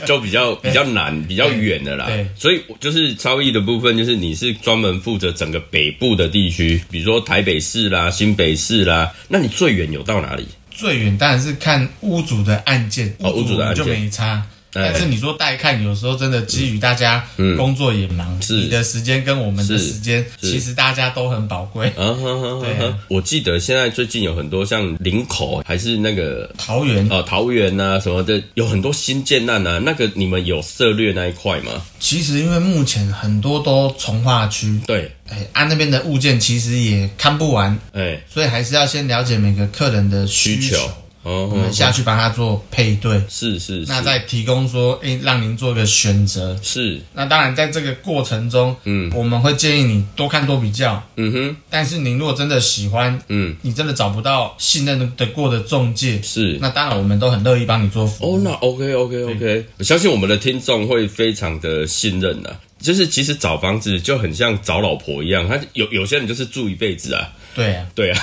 就比较比较难、比较远的啦对。所以我就是超意的部分，就是你是专门负责整个北部的地区，比如说台北市啦、新北市啦。那你最远有到哪里？最远当然是看屋主的案件，哦屋主的我们就案件没差。哎嗯但是你说带看，有时候真的基于大家工作也忙，是你的时间跟我们的是时间，是其实大家都很宝贵。啊哈哈哈对哈啊！我记得现在最近有很多像林口还是那个 桃园呃桃园啊什么的，有很多新建案啊。那个你们有涉略那一块吗？其实因为目前很多都从化区，对，哎，啊那边的物件其实也看不完，哎，所以还是要先了解每个客人的需需求求，哦我，们哦下去帮他做配对，是是那是再提供说，哎，让您做个选择。是，那当然，在这个过程中，嗯，我们会建议你多看多比较。嗯哼，但是您如果真的喜欢，嗯，你真的找不到信任的过的中介，是。那当然我们都很乐意帮你做服务。哦，那 OK OK OK，我相信我们的听众会非常的信任啊。就是其实找房子就很像找老婆一样，他有有些人就是住一辈子啊，对啊，对啊，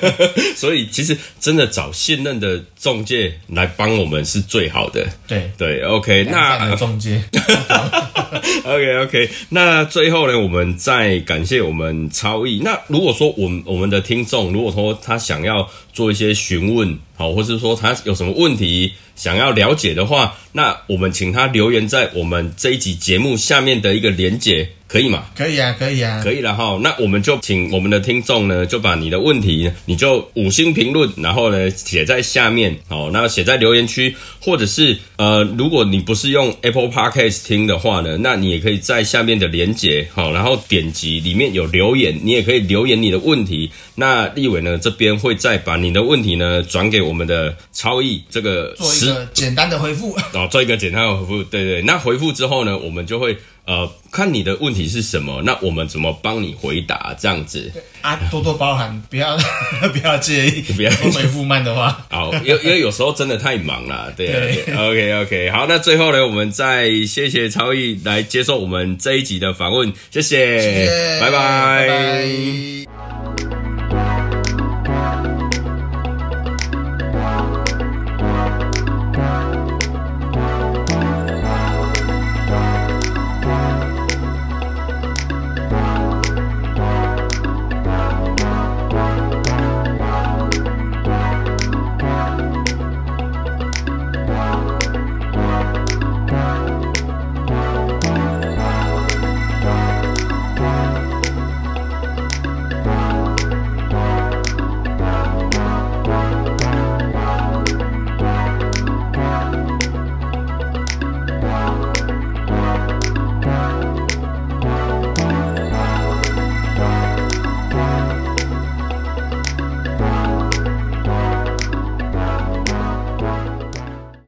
所以其实真的找信任的中介来帮我们是最好的。对，对，OK，良善那的中介， OK OK，那最后呢，我们再感谢我们超毅。那如果说我们我们的听众，如果说他想要做一些询问，好，或是说他有什么问题想要了解的话，那我们请他留言在我们这一集节目下面的一个连结，可以吗？可以啊，可以啊，可以了哈，那我们就请我们的听众呢，就把你的问题，你就五星评论，然后呢写在下面哦，那写在留言区，或者是呃，如果你不是用 Apple Podcast 听的话呢，那你也可以在下面的连接好、然后点击里面有留言，你也可以留言你的问题。那立伟呢这边会再把你的问题呢转给我们的超毅这个做一实个简单的回复。 哦，做一个简单的回复，对对。那回复之后呢，我们就会呃看你的问题是什么，那我们怎么帮你回答这样子。啊，多多包涵，不要 不要介意，不要介意回复慢的话， 好，因为因为有时候真的太忙 了，对啊。对对 OK OK，好，那最后呢，我们再谢谢超毅来接受我们这一集的访问，谢谢，谢谢哎拜拜拜